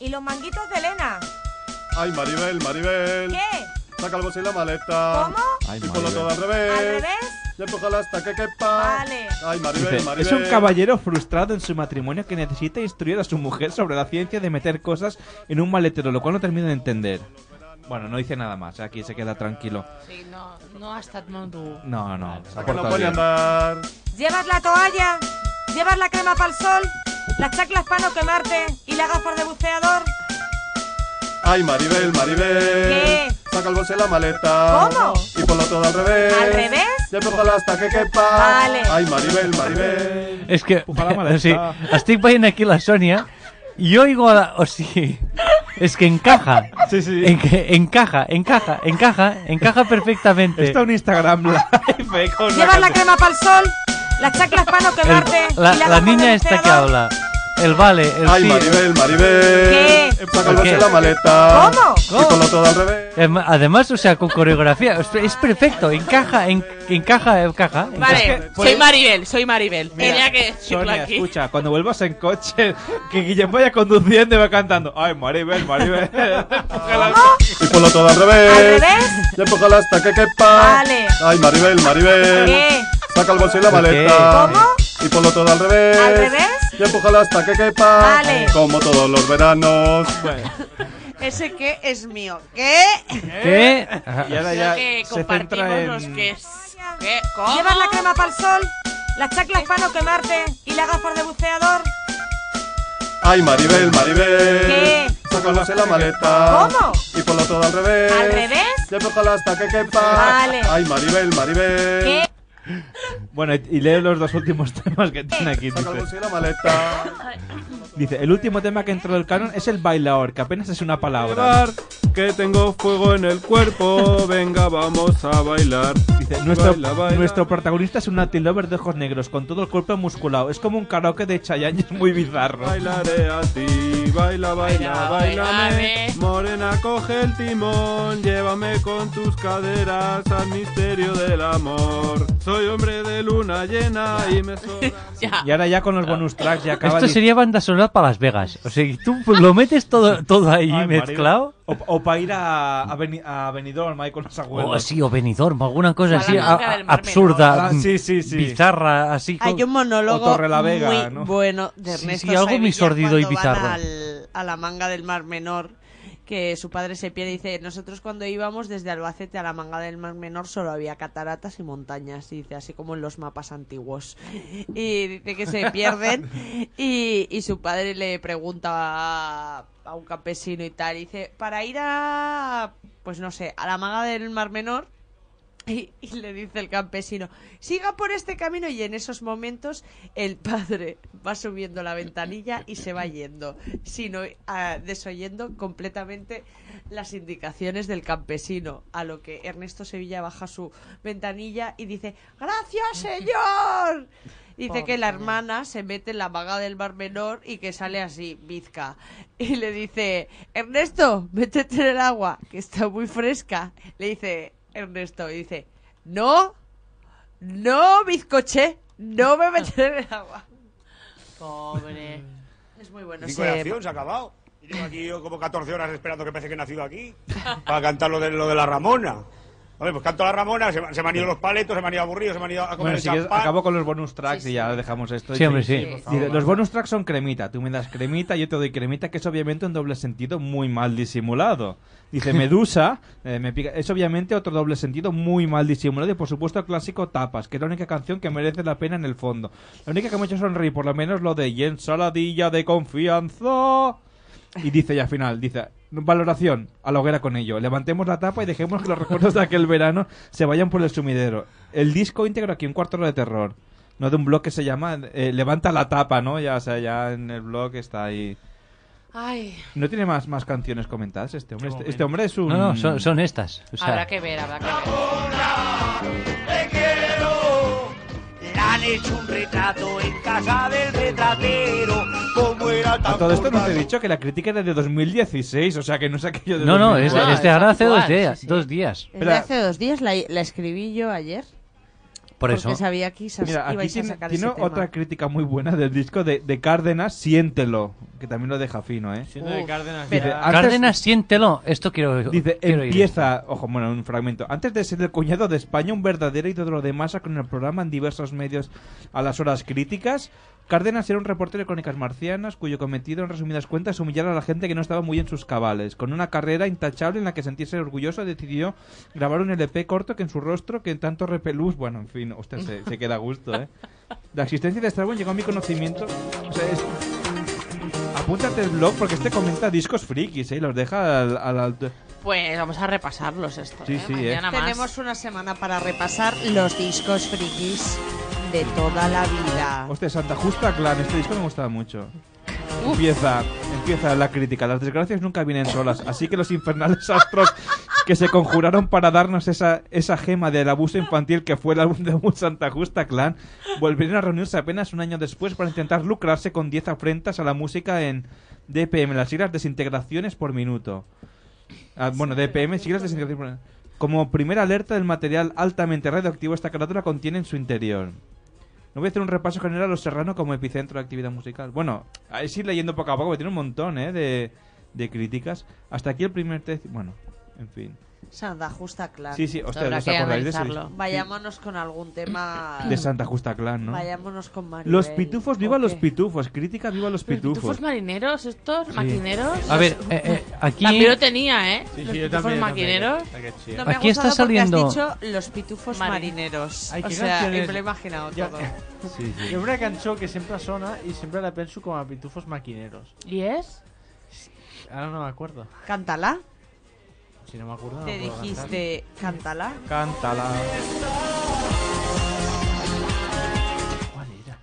S18: Y los manguitos de Elena.
S12: Ay, Maribel, Maribel.
S18: ¿Qué?
S12: Saca el bolso y la maleta.
S18: ¿Cómo?
S12: Ay,
S3: Ay,
S12: y ponlo
S3: Maribel.
S12: todo al revés. ¿Al revés? Y empújala hasta que quepa.
S18: Vale.
S12: Ay, Maribel,
S3: Dice,
S12: Maribel.
S3: es un caballero frustrado en su matrimonio que necesita instruir a su mujer sobre la ciencia de meter cosas en un maletero, lo cual no termino de entender. Bueno, no dice nada más, aquí se queda tranquilo.
S9: Sí, no, no ha estat molt dur.
S3: No, no, se ha
S12: Que no
S11: pues
S3: portado
S12: puede
S3: bien.
S12: andar.
S18: Llevas la toalla, llevas la crema para el sol, las chaclas para no quemarte y las gafas de buceador.
S12: Ay, Maribel, Maribel.
S7: ¿Qué?
S12: Saca el bolso y la maleta.
S7: ¿Cómo?
S12: Y ponlo todo al revés.
S7: ¿Al revés?
S12: Y apójala hasta que quepa.
S7: Vale.
S12: Ay, Maribel, Maribel.
S8: És que
S12: la maleta.
S8: sí, estic veient aquí la Sònia i oigo a la... O sigui, és que encaja. Sí, sí. En, encaja, encaja, encaja, encaja perfectamente.
S3: Está un Instagram live. con una
S18: Llevas la
S3: canción.
S18: crema para el sol, las chaclas para no quemarte.
S8: El, la,
S18: y la
S8: la
S18: gafas de
S8: niña esta que habla. El vale, el
S12: Ay,
S8: sí.
S12: Maribel, Maribel.
S18: ¿Qué?
S12: Saca el
S8: ¿Por
S12: bolso
S8: qué?
S12: y la maleta.
S8: ¿Cómo?
S12: Y ponlo todo al revés.
S8: Em, Además, o sea, con coreografía, es- es perfecto, encaja, en- encaja, encaja. encaja.
S9: Vale,
S12: Pues,
S9: soy Maribel, soy Maribel. Tenía que decirlo
S3: Sonia,
S9: aquí.
S3: escucha, cuando vuelvas en coche, que Guillem vaya conduciendo y va cantando. Ay, Maribel, Maribel.
S12: Y ponlo todo al revés.
S3: ¿Al
S12: revés? Y empújala hasta que quepa.
S3: Vale.
S12: Ay, Maribel, Maribel.
S3: ¿Qué?
S12: Saca el bolso y la
S3: ¿Por qué?
S12: maleta.
S3: ¿Cómo?
S12: Y ponlo todo al revés.
S3: ¿Al revés?
S12: Y empújala hasta que quepa.
S9: Vale.
S12: Como todos los veranos.
S9: Ese que es mío. ¿Qué?
S12: ¿Qué? ¿Eh? Y ahora ya
S9: Creo que
S12: se centra
S9: Eh, compartimos
S12: en-
S9: los que es. ¿Qué? ¿Cómo?
S18: Llevas la crema para el sol, las chaclas para no quemarte y las gafas de buceador.
S12: Ay, Maribel, Maribel.
S18: ¿Qué?
S12: Saca el bolso y la maleta.
S18: ¿Cómo?
S12: Y ponlo todo al revés.
S18: ¿Al revés?
S12: Y empújala hasta que quepa.
S18: Vale.
S12: Ay, Maribel, Maribel.
S18: ¿Qué?
S3: Bueno, y leo los dos últimos temas que tiene aquí.
S12: Saca el bolso
S3: Dice,
S12: y la maleta.
S3: Dice, el último tema que entró del canon es el bailador, que apenas es una palabra.
S12: Llevar, que tengo fuego en el cuerpo. Venga, vamos a bailar.
S3: Dice, Nuestro,
S12: Baila, baila.
S3: nuestro protagonista es un Latin lover de ojos negros, con todo el cuerpo musculado. Es como un karaoke de Chayanne, es muy bizarro.
S12: Bailaré a ti, baila, baila,
S3: Baila,
S12: bailame. Morena, coge el timón, llévame con tus caderas al misterio del amor. Soy hombre de luna llena y me sobra.
S3: Y ahora ya con los bonus tracks ya acaba
S8: Esto
S3: di-
S8: sería banda sonora para Las Vegas. O sea, tú lo metes todo, todo ahí
S3: Ay, Maribel.
S8: mezclado. Oh,
S3: O, para ir a, a, Beni- a Benidorm, ahí con los
S8: O
S3: abuelos.
S8: así, o Benidorm, alguna
S3: O
S8: cosa
S3: a la
S8: así a-
S3: manga del Mar
S8: absurda,
S3: Menor. Ah, sí, sí, sí.
S8: bizarra, así.
S9: Hay
S8: con-
S9: un monólogo
S3: o Torrelavega,
S9: muy
S3: ¿no?
S9: bueno de
S8: Sí,
S9: Ernesto
S8: sí, algo muy
S9: Sevilla
S8: sordido
S9: cuando
S8: y
S9: van
S8: bizarro.
S9: al- a la manga del Mar Menor que su padre se pierde y dice nosotros cuando íbamos desde Albacete a la manga del Mar Menor solo había cataratas y montañas y dice así como en los mapas antiguos y dice que se pierden y, y su padre le pregunta a, a un campesino y tal y dice para ir a pues no sé a la manga del Mar Menor y, y le dice el campesino, siga por este camino y en esos momentos el padre va subiendo la ventanilla y se va yendo, sino ah, desoyendo completamente las indicaciones del campesino, a lo que Ernesto Sevilla baja su ventanilla y dice, gracias señor. Dice
S18: Pobre
S9: que la hermana se mete en la vaga del mar menor y que sale así, bizca. Y le dice, Ernesto, métete en el agua, que está muy fresca. Le dice Ernesto, y dice, no, no, bizcoche, no me meteré en el agua. Pobre. Es muy bueno.
S24: Cinco
S9: ese-
S24: de acción, se ha acabado. Y llevo aquí yo como 14 horas esperando que parece que he nacido aquí para cantar lo de, lo de la Ramona. Hombre, pues canto la Ramona, se, me- se me han ido los paletos, se me han ido aburridos, se me han ido a comer
S3: Bueno,
S24: el
S3: si quieres,
S24: champán.
S3: acabo con los bonus tracks y ya dejamos esto.
S8: Sí, hombre, sí.
S3: Dice,
S8: Sí, por favor.
S3: dice, los bonus tracks son cremita. Tú me das cremita, yo te doy cremita, que es obviamente un doble sentido muy mal disimulado. Dice Medusa, eh, me pica- es obviamente otro doble sentido muy mal disimulado. Y por supuesto, el clásico Tapas, que es la única canción que merece la pena en el fondo. La única que me ha hecho sonreír, por lo menos, lo de Y ensaladilla de confianza. Y dice ya al final, dice, valoración, a la hoguera con ello. Levantemos la tapa y dejemos que los recuerdos de aquel verano se vayan por el sumidero. El disco íntegro aquí, un cuarto de terror. No de un blog que se llama eh, Levanta la tapa, ¿no? Ya, o sea, ya en el blog está ahí.
S9: Ay,
S3: No tiene más, más canciones comentadas este hombre.
S8: De
S3: Este, este hombre es un...
S8: No, no, son, son estas. O sea,
S9: habrá que ver, habrá que ver.
S24: te quiero. Le han hecho un retrato en casa del retratero. Como era
S3: A
S24: tan
S3: todo esto no te he dicho que la crítica era de 2016, o sea que no es aquello de
S8: No, no, es,
S3: 2009.
S8: es de ahora hace dos días. Dos días.
S9: Desde hace dos días la, la escribí yo ayer.
S8: Por
S9: porque
S8: eso.
S9: sabía que ibas
S3: Mira, aquí
S9: a
S3: tiene,
S9: sacar
S3: tiene
S9: ese tema.
S3: otra crítica muy buena del disco de, de Cárdenas, Siéntelo, que también lo deja fino, ¿eh?
S9: Siento de Uf, Cárdenas
S3: Dice,
S9: ya-
S3: antes-
S8: Cárdenas, siéntelo. Esto quiero,
S3: Dice,
S8: quiero oír.
S3: empieza, ojo, bueno, un fragmento. Antes de ser el cuñado de España, un verdadero ídolo de masa con el programa en diversos medios a las horas críticas, Cárdenas era un reportero de crónicas marcianas cuyo cometido, en resumidas cuentas, es humillar a la gente que no estaba muy en sus cabales. Con una carrera intachable en la que sentirse orgulloso, decidió grabar un LP corto que en su rostro, que en tanto repelús, bueno, en fin, usted se, se queda a gusto, ¿eh? La existencia de Strabon llegó a mi conocimiento. o sea, es- Apúntate el blog porque este comenta discos frikis, ¿eh? Los deja al... al- al-
S9: Pues vamos a repasarlos esto.
S3: Sí,
S9: ¿eh?
S3: sí, ¿eh?
S9: Mañana más. Tenemos una semana para repasar los discos frikis de toda la vida.
S3: Hostia, Santa Justa Clan, este disco me gustaba mucho. Empieza, empieza la crítica. Las desgracias nunca vienen solas, así que los infernales astros que se conjuraron para darnos esa, esa gema del abuso infantil que fue el álbum de un Santa Justa Clan volvieron a reunirse apenas un año después para intentar lucrarse con 10 afrentas a la música en DPM, las siglas desintegraciones por minuto. Ah, bueno, DPM, siglas desintegraciones por minuto. Como primera alerta del material altamente radioactivo, esta carátula contiene en su interior. No voy a hacer un repaso general a Los Serrano como epicentro de actividad musical. Bueno, ahí sí leyendo poco a poco, porque tiene un montón ¿eh? de, de críticas. Hasta aquí el primer test. Bueno, en fin.
S9: Santa Justa Clan.
S3: Sí, sí, hostia,
S9: Habrá
S3: ¿os
S9: que
S3: acordáis de ese
S9: analizarlo.
S3: disco?
S9: Vayámonos con algún tema.
S3: De Santa Justa Clan, ¿no?
S9: Ah. Vayámonos con Maribel.
S3: Los pitufos, viva
S9: ¿O
S3: los
S9: qué?
S3: pitufos. Crítica, viva los pitufos.
S10: ¿Pitufos marineros estos?
S3: Sí.
S10: ¿Maquineros?
S8: A ver, eh, eh, aquí...
S10: También lo tenía, ¿eh?
S8: Sí,
S10: los
S8: sí, yo
S10: pitufos
S8: también,
S10: maquineros.
S8: también, está que chido.
S9: No me ha
S8: Aquí está
S9: gustado porque
S8: saliendo-
S9: Has dicho los pitufos marineros.
S11: Ai,
S9: o
S11: que
S9: sea,
S11: canciones.
S9: me lo he imaginado
S11: Ja-
S9: todo.
S11: Hi ha una cançó que sempre sona i sempre la penso com a pitufos maquineros.
S10: ¿Y es?
S11: Ara no m'acordo.
S9: Cántala.
S11: Si no m'acordo, no
S9: Te
S11: puedo
S9: dijiste, cántala.
S3: Cántala.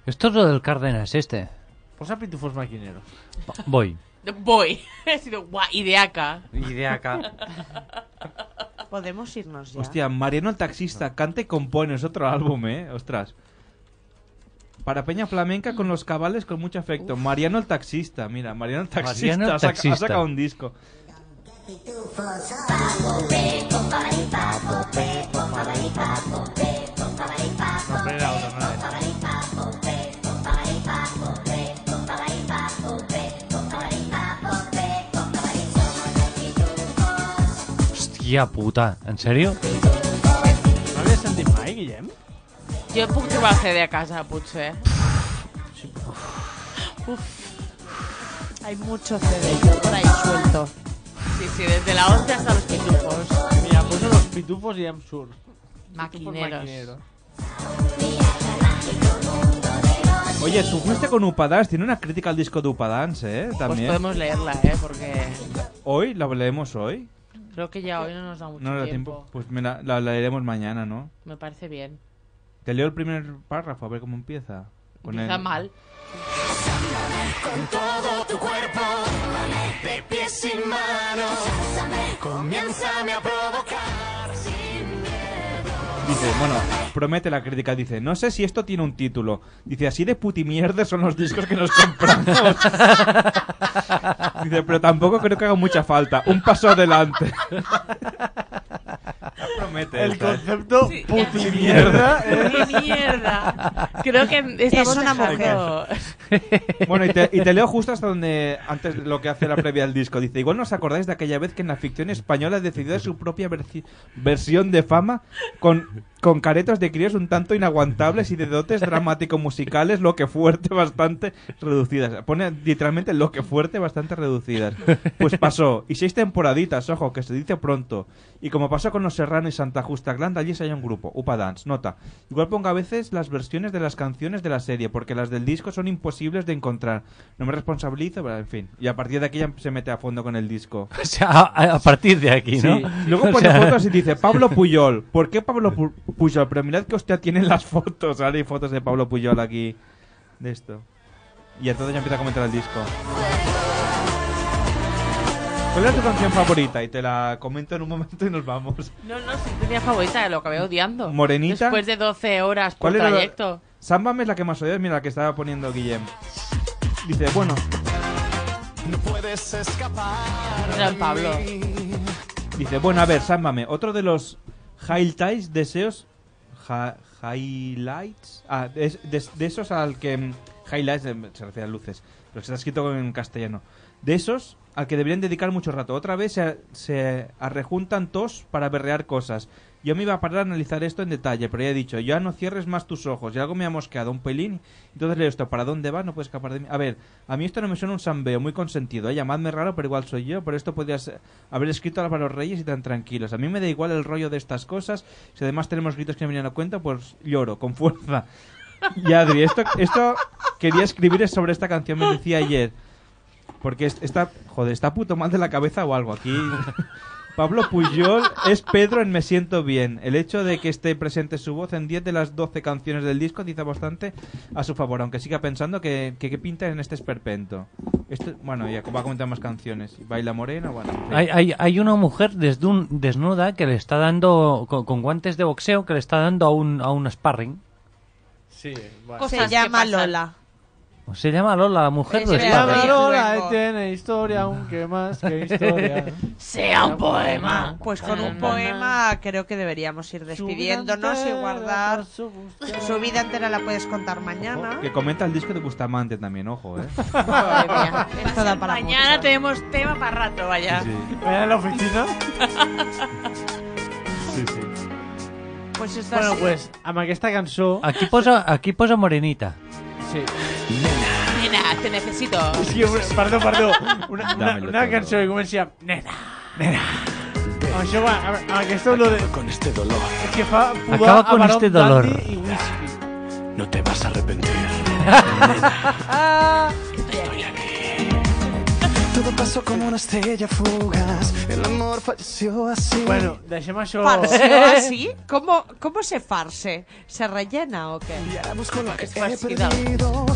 S8: Esto es lo del Cárdenas, este.
S11: cantar. Posa Pues pitufos maquineros.
S8: Voy.
S10: Voy. He sido guau, ideaca.
S8: Ideaca.
S9: Podemos irnos ya.
S3: Hostia, Mariano el taxista, canta y compone, es otro álbum, ¿eh? Ostras. Para Peña Flamenca con los cabales con mucho afecto. Mariano el taxista, mira, Mariano el taxista,
S8: Mariano el
S3: ha saca-
S8: taxista.
S3: ha sacado un disco.
S8: Hostia puta, ¿en serio?
S11: No l'he sentit mai, Guillem?
S10: Jo puc trobar el CD a casa, potser.
S9: Hay mucho CD por ahí suelto.
S10: Sí, sí, desde la 11 hasta los pitufos.
S11: Mira, poso los pitufos i ja em surt.
S10: Maquineros.
S3: Oye, tú fuiste con Upadance, tiene una crítica al disco de Upadance, ¿eh?
S10: Pues
S3: También.
S10: podemos leerla, ¿eh? Porque
S3: Hoy, la leemos hoy.
S10: creo que ya hoy no nos da mucho
S3: No nos da
S10: tiempo.
S3: tiempo. Pues me la, la leeremos mañana, ¿no?
S10: Me parece bien.
S3: Te leo el primer párrafo, a ver cómo empieza. Con
S10: Empieza
S3: el-
S10: mal.
S7: Con todo tu cuerpo, de pies y manos, comiénzame a provocar sin
S3: Dice, bueno, promete la crítica, dice, no sé si esto tiene un título. Dice, así de putimierda son los discos que nos compramos. dice, pero tampoco creo que haga mucha falta. Un paso adelante. Ya promete
S11: El
S3: esta, ¿eh?
S11: concepto putimierda
S10: es- Ni mierda. Creo que estamos
S9: Es una
S10: dejando-
S3: Bueno, y te, y te leo justo hasta donde antes de lo que hace la previa del disco. Dice, igual no os acordáis de aquella vez que en la ficción española decidió su propia verci- versión de fama con, con caretos de críos un tanto inaguantables y de dotes dramático-musicales, lo que fuerte bastante reducidas. Pone literalmente lo que fuerte bastante reducidas. Pues pasó. Y seis temporaditas, ojo, que se dice pronto. Y como pasó con Los Serrano y Santa Justa Grande, allí se halla un grupo, Upa Dance. Nota, igual pongo a veces las versiones de las canciones de la serie, porque las del disco son imposibles de encontrar. No me responsabilizo, pero en fin. Y a partir de aquí ya se mete a fondo con el disco.
S8: O sea, a, a partir de aquí, ¿no?
S3: Sí. Luego
S8: O
S3: pone
S8: sea,
S3: fotos y dice Pablo Puyol. ¿Por qué Pablo Pu- Puyol? Pero mirad que hostia tienen las fotos. Ahora hay fotos de Pablo Puyol aquí. De esto. Y entonces ya empieza a comentar el disco. ¿Cuál era tu canción favorita? Y te la comento en un momento y nos vamos.
S10: No, no, sí tenía favorita, lo acabé odiando.
S3: Morenita.
S10: Después de 12 horas por
S3: ¿Cuál era? la-
S10: trayecto.
S3: Sambam es la que más odias, mira la que estaba poniendo Guillem. Dice, bueno,
S7: No puedes escapar.
S10: Era el Pablo.
S3: dice, bueno, a ver, Sambame, otro de los highlights, deseos, hi- highlights, ah, es- de, de esos al que, mm, highlights eh, se refiere a luces, pero está escrito en castellano, de esos al que deberían dedicar mucho rato. Otra vez se, se arrejuntan tos para berrear cosas. Yo me iba a parar a analizar esto en detalle, pero ya he dicho, ya no cierres más tus ojos. Y algo me ha mosqueado un pelín. Entonces leo esto, ¿para dónde vas? No puedes escapar de mí. A ver, a mí esto no me suena un sambeo muy consentido. ¿eh? Llamadme raro, pero igual soy yo. Por esto podrías eh, haber escrito a los Reyes y tan tranquilos. A mí me da igual el rollo de estas cosas. Si además tenemos gritos que no vienen a cuenta, pues lloro, con fuerza. Y Adri, esto, esto quería escribir sobre esta canción, me decía ayer. Porque es- está, joder, está puto mal de la cabeza o algo aquí. Pablo Puyol es Pedro en Me Siento Bien. El hecho de que esté presente su voz en 10 de las 12 canciones del disco dice bastante a su favor, aunque siga pensando que, que, que pinta en este esperpento. Esto, bueno, ya va a comentar más canciones. Baila Morena, bueno. en fin.
S8: Hay, hay- hay una mujer desdun- desnuda que le está dando, con, con guantes de boxeo, que le está dando a un, a un sparring.
S11: Sí,
S9: Se llama Lola.
S8: Pues Se llama Lola, la mujer
S11: Se
S8: del
S11: llama
S8: sparring.
S11: Lola, eh, tiene historia, aunque más que historia.
S9: Sea un poema. Pues con un poema creo que deberíamos ir despidiéndonos y guardar. Su vida entera la puedes contar mañana.
S3: Que comenta el disco de Bustamante también, ojo, eh.
S9: Madre mía, es toda para
S10: Mañana tenemos tema para rato, vaya.
S11: Vaya a la oficina.
S3: Sí, sí.
S9: Pues esto
S11: Bueno,
S9: ha sido-
S11: pues, amb aquesta cançó...
S8: Aquí posa, aquí posa Morenita.
S11: Sí.
S10: Nena, te necesito.
S11: És que, perdó, perdó. Una, una,
S8: Dámelo
S11: una
S8: todo.
S11: cançó que comença amb... Nena, nena. Amb això va, amb, amb aquesta olor de...
S2: Con este dolor
S11: És que fa pudor
S2: Acaba con
S11: a barón
S2: este dolor.
S11: dandy i whisky.
S2: no te vas a arrepentir.
S9: Ah,
S2: Todo pasó como una estrella fugaz. El amor falleció así.
S11: Bueno, deixem això...
S9: ¿Farseo así? ¿Cómo, ¿Cómo se farse? ¿Se rellena o qué?
S2: Es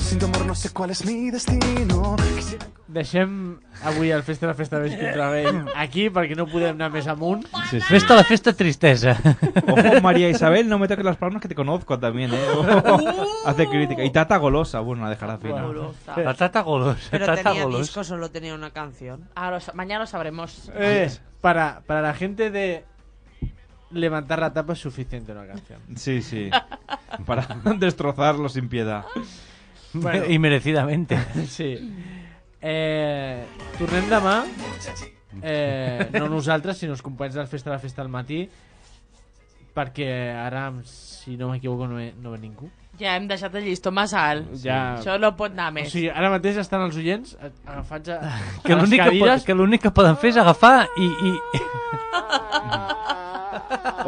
S2: Sin tu amor no sé cuál es mi destino. Quisiera-
S11: Deixem avui el Festa la Festa Vés contra Vell aquí perquè no podem anar més amunt.
S3: Sí, sí.
S8: Festa la festa tristesa.
S3: Ojo, María Isabel, no me toques las palmas que te conozco también, eh.
S9: Uh.
S3: Hace crítica. Y Tata Golosa, bueno, la dejará fina.
S10: Golosa.
S11: Eh.
S8: La Tata Golosa.
S9: Pero
S8: Tata
S9: tenía
S8: Golos.
S9: disco, solo tenía una canción.
S10: Ahora, lo sa- mañana lo sabremos.
S11: Eh, para, para la gente de levantar la tapa es suficiente una canción.
S3: Sí, sí. Para destrozarlo sin piedad.
S11: Bueno.
S8: Y merecidamente.
S11: Sí. Eh, tornem demà. Eh, no nosaltres, sinó els companys del Festa de la Festa al matí. Perquè ara, si no m'equivoco, no, ve, no ve ningú.
S10: Ja hem deixat el llistó massa alt.
S11: Ja.
S10: Això no pot anar
S11: O
S10: més.
S11: sigui, ara mateix estan els oients eh, agafats a,
S8: Que
S11: a les
S8: l'únic que, po-
S11: cadires.
S8: que l'únic que poden fer és agafar i... i...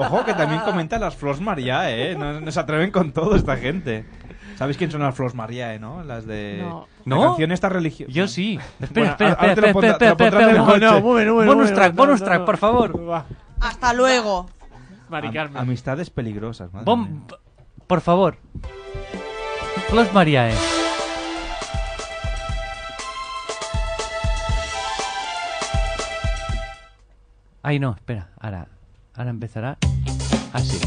S3: Ojo, que también comenta las Flos María, eh. No, no se atreven con todo esta gente. ¿Sabéis quién son las Flos María, eh, no? Las de.
S8: No.
S3: La
S8: ¿No?
S3: canción esta religiosa.
S8: Yo sí. Espera,
S3: Bueno,
S8: espera,
S3: ahora
S8: espera,
S3: te lo
S8: espera,
S3: pondrá-
S8: espera,
S3: te lo
S8: espera,
S3: pondrá en el
S8: espera. No,
S3: coche.
S8: un momento, un momento, Bonus un momento. track, No, bonus no, track, no. por favor.
S11: Va.
S9: Hasta luego.
S11: Mari
S3: Am-
S11: Carmen.
S3: amistades peligrosas, madre
S8: Bom-
S3: mía.
S8: Por favor. E. Flos Mariae. Ay, no, espera. Ahora, ahora empezará Ah, así.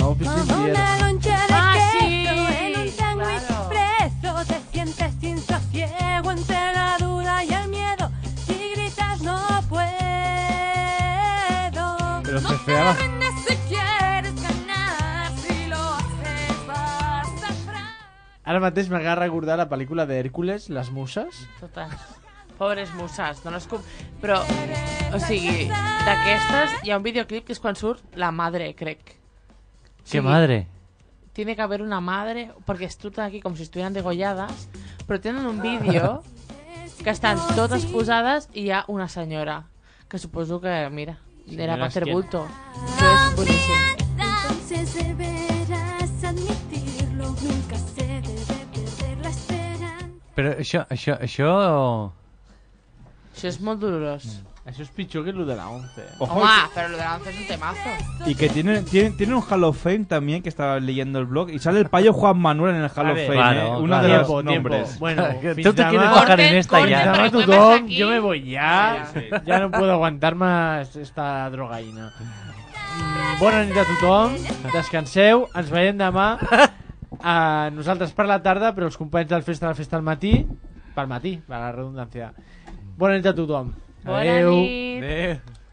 S7: Como una lonchera
S10: Ah,
S7: de queso
S10: sí,
S7: en un sándwich preso Te sientes sin sosiego entre la duda y el miedo Si gritas no puedo No
S8: Pero se
S7: te
S8: feaba.
S7: rindas si quieres ganar Si lo haces vas a fra-
S11: Ara mateix m'agrada recordar la pel·lícula d'Hèrcules, Les Muses.
S10: Total. Pobres musas, no les... com- Però, o sigui, d'aquestes hi ha un videoclip que és quan surt la madre, crec.
S8: ¡Qué madre!
S10: Tiene que haber una madre, porque están aquí como si estuvieran degolladas, pero tienen un vídeo que están todas posadas y ya una señora, que supongo que, mira,
S7: Señora
S10: era para hacer
S7: es que-
S10: bulto. Eso es buenísimo.
S7: Entonces deberás admitirlo Nunca se debe perder la esperanza
S8: Pero yo, yo, yo...
S10: Això és molt dolorós.
S11: Mm. Això és pitjor que el de la eh? 11.
S3: Ojo,
S10: Home, pero lo de la once es un temazo.
S3: Y que tiene, tiene, tiene un Hall of Fame también que estaba leyendo el blog. Y sale el payo Juan Manuel en el Hall
S8: A
S3: of
S8: ver,
S3: Fame.
S8: claro,
S3: eh,
S8: claro.
S3: Uno de los
S8: Tiempo, tiempo.
S3: nombres.
S11: Bueno,
S8: Tú
S11: fins
S8: te quieres
S11: demà.
S8: bajar en esta
S11: Fins
S8: ya.
S11: demà tothom, jo me voy ya.
S8: Sí,
S11: Ja no puedo aguantar más esta drogaïna. Mm, Bona nit a tothom, descanseu, ens veiem demà. Uh, nosaltres per la tarda, però els companys del Festa de la Festa al matí, pel matí, per la redundància. Bona nit a tothom.
S10: Bona
S11: Adeu.
S10: nit. Adéu.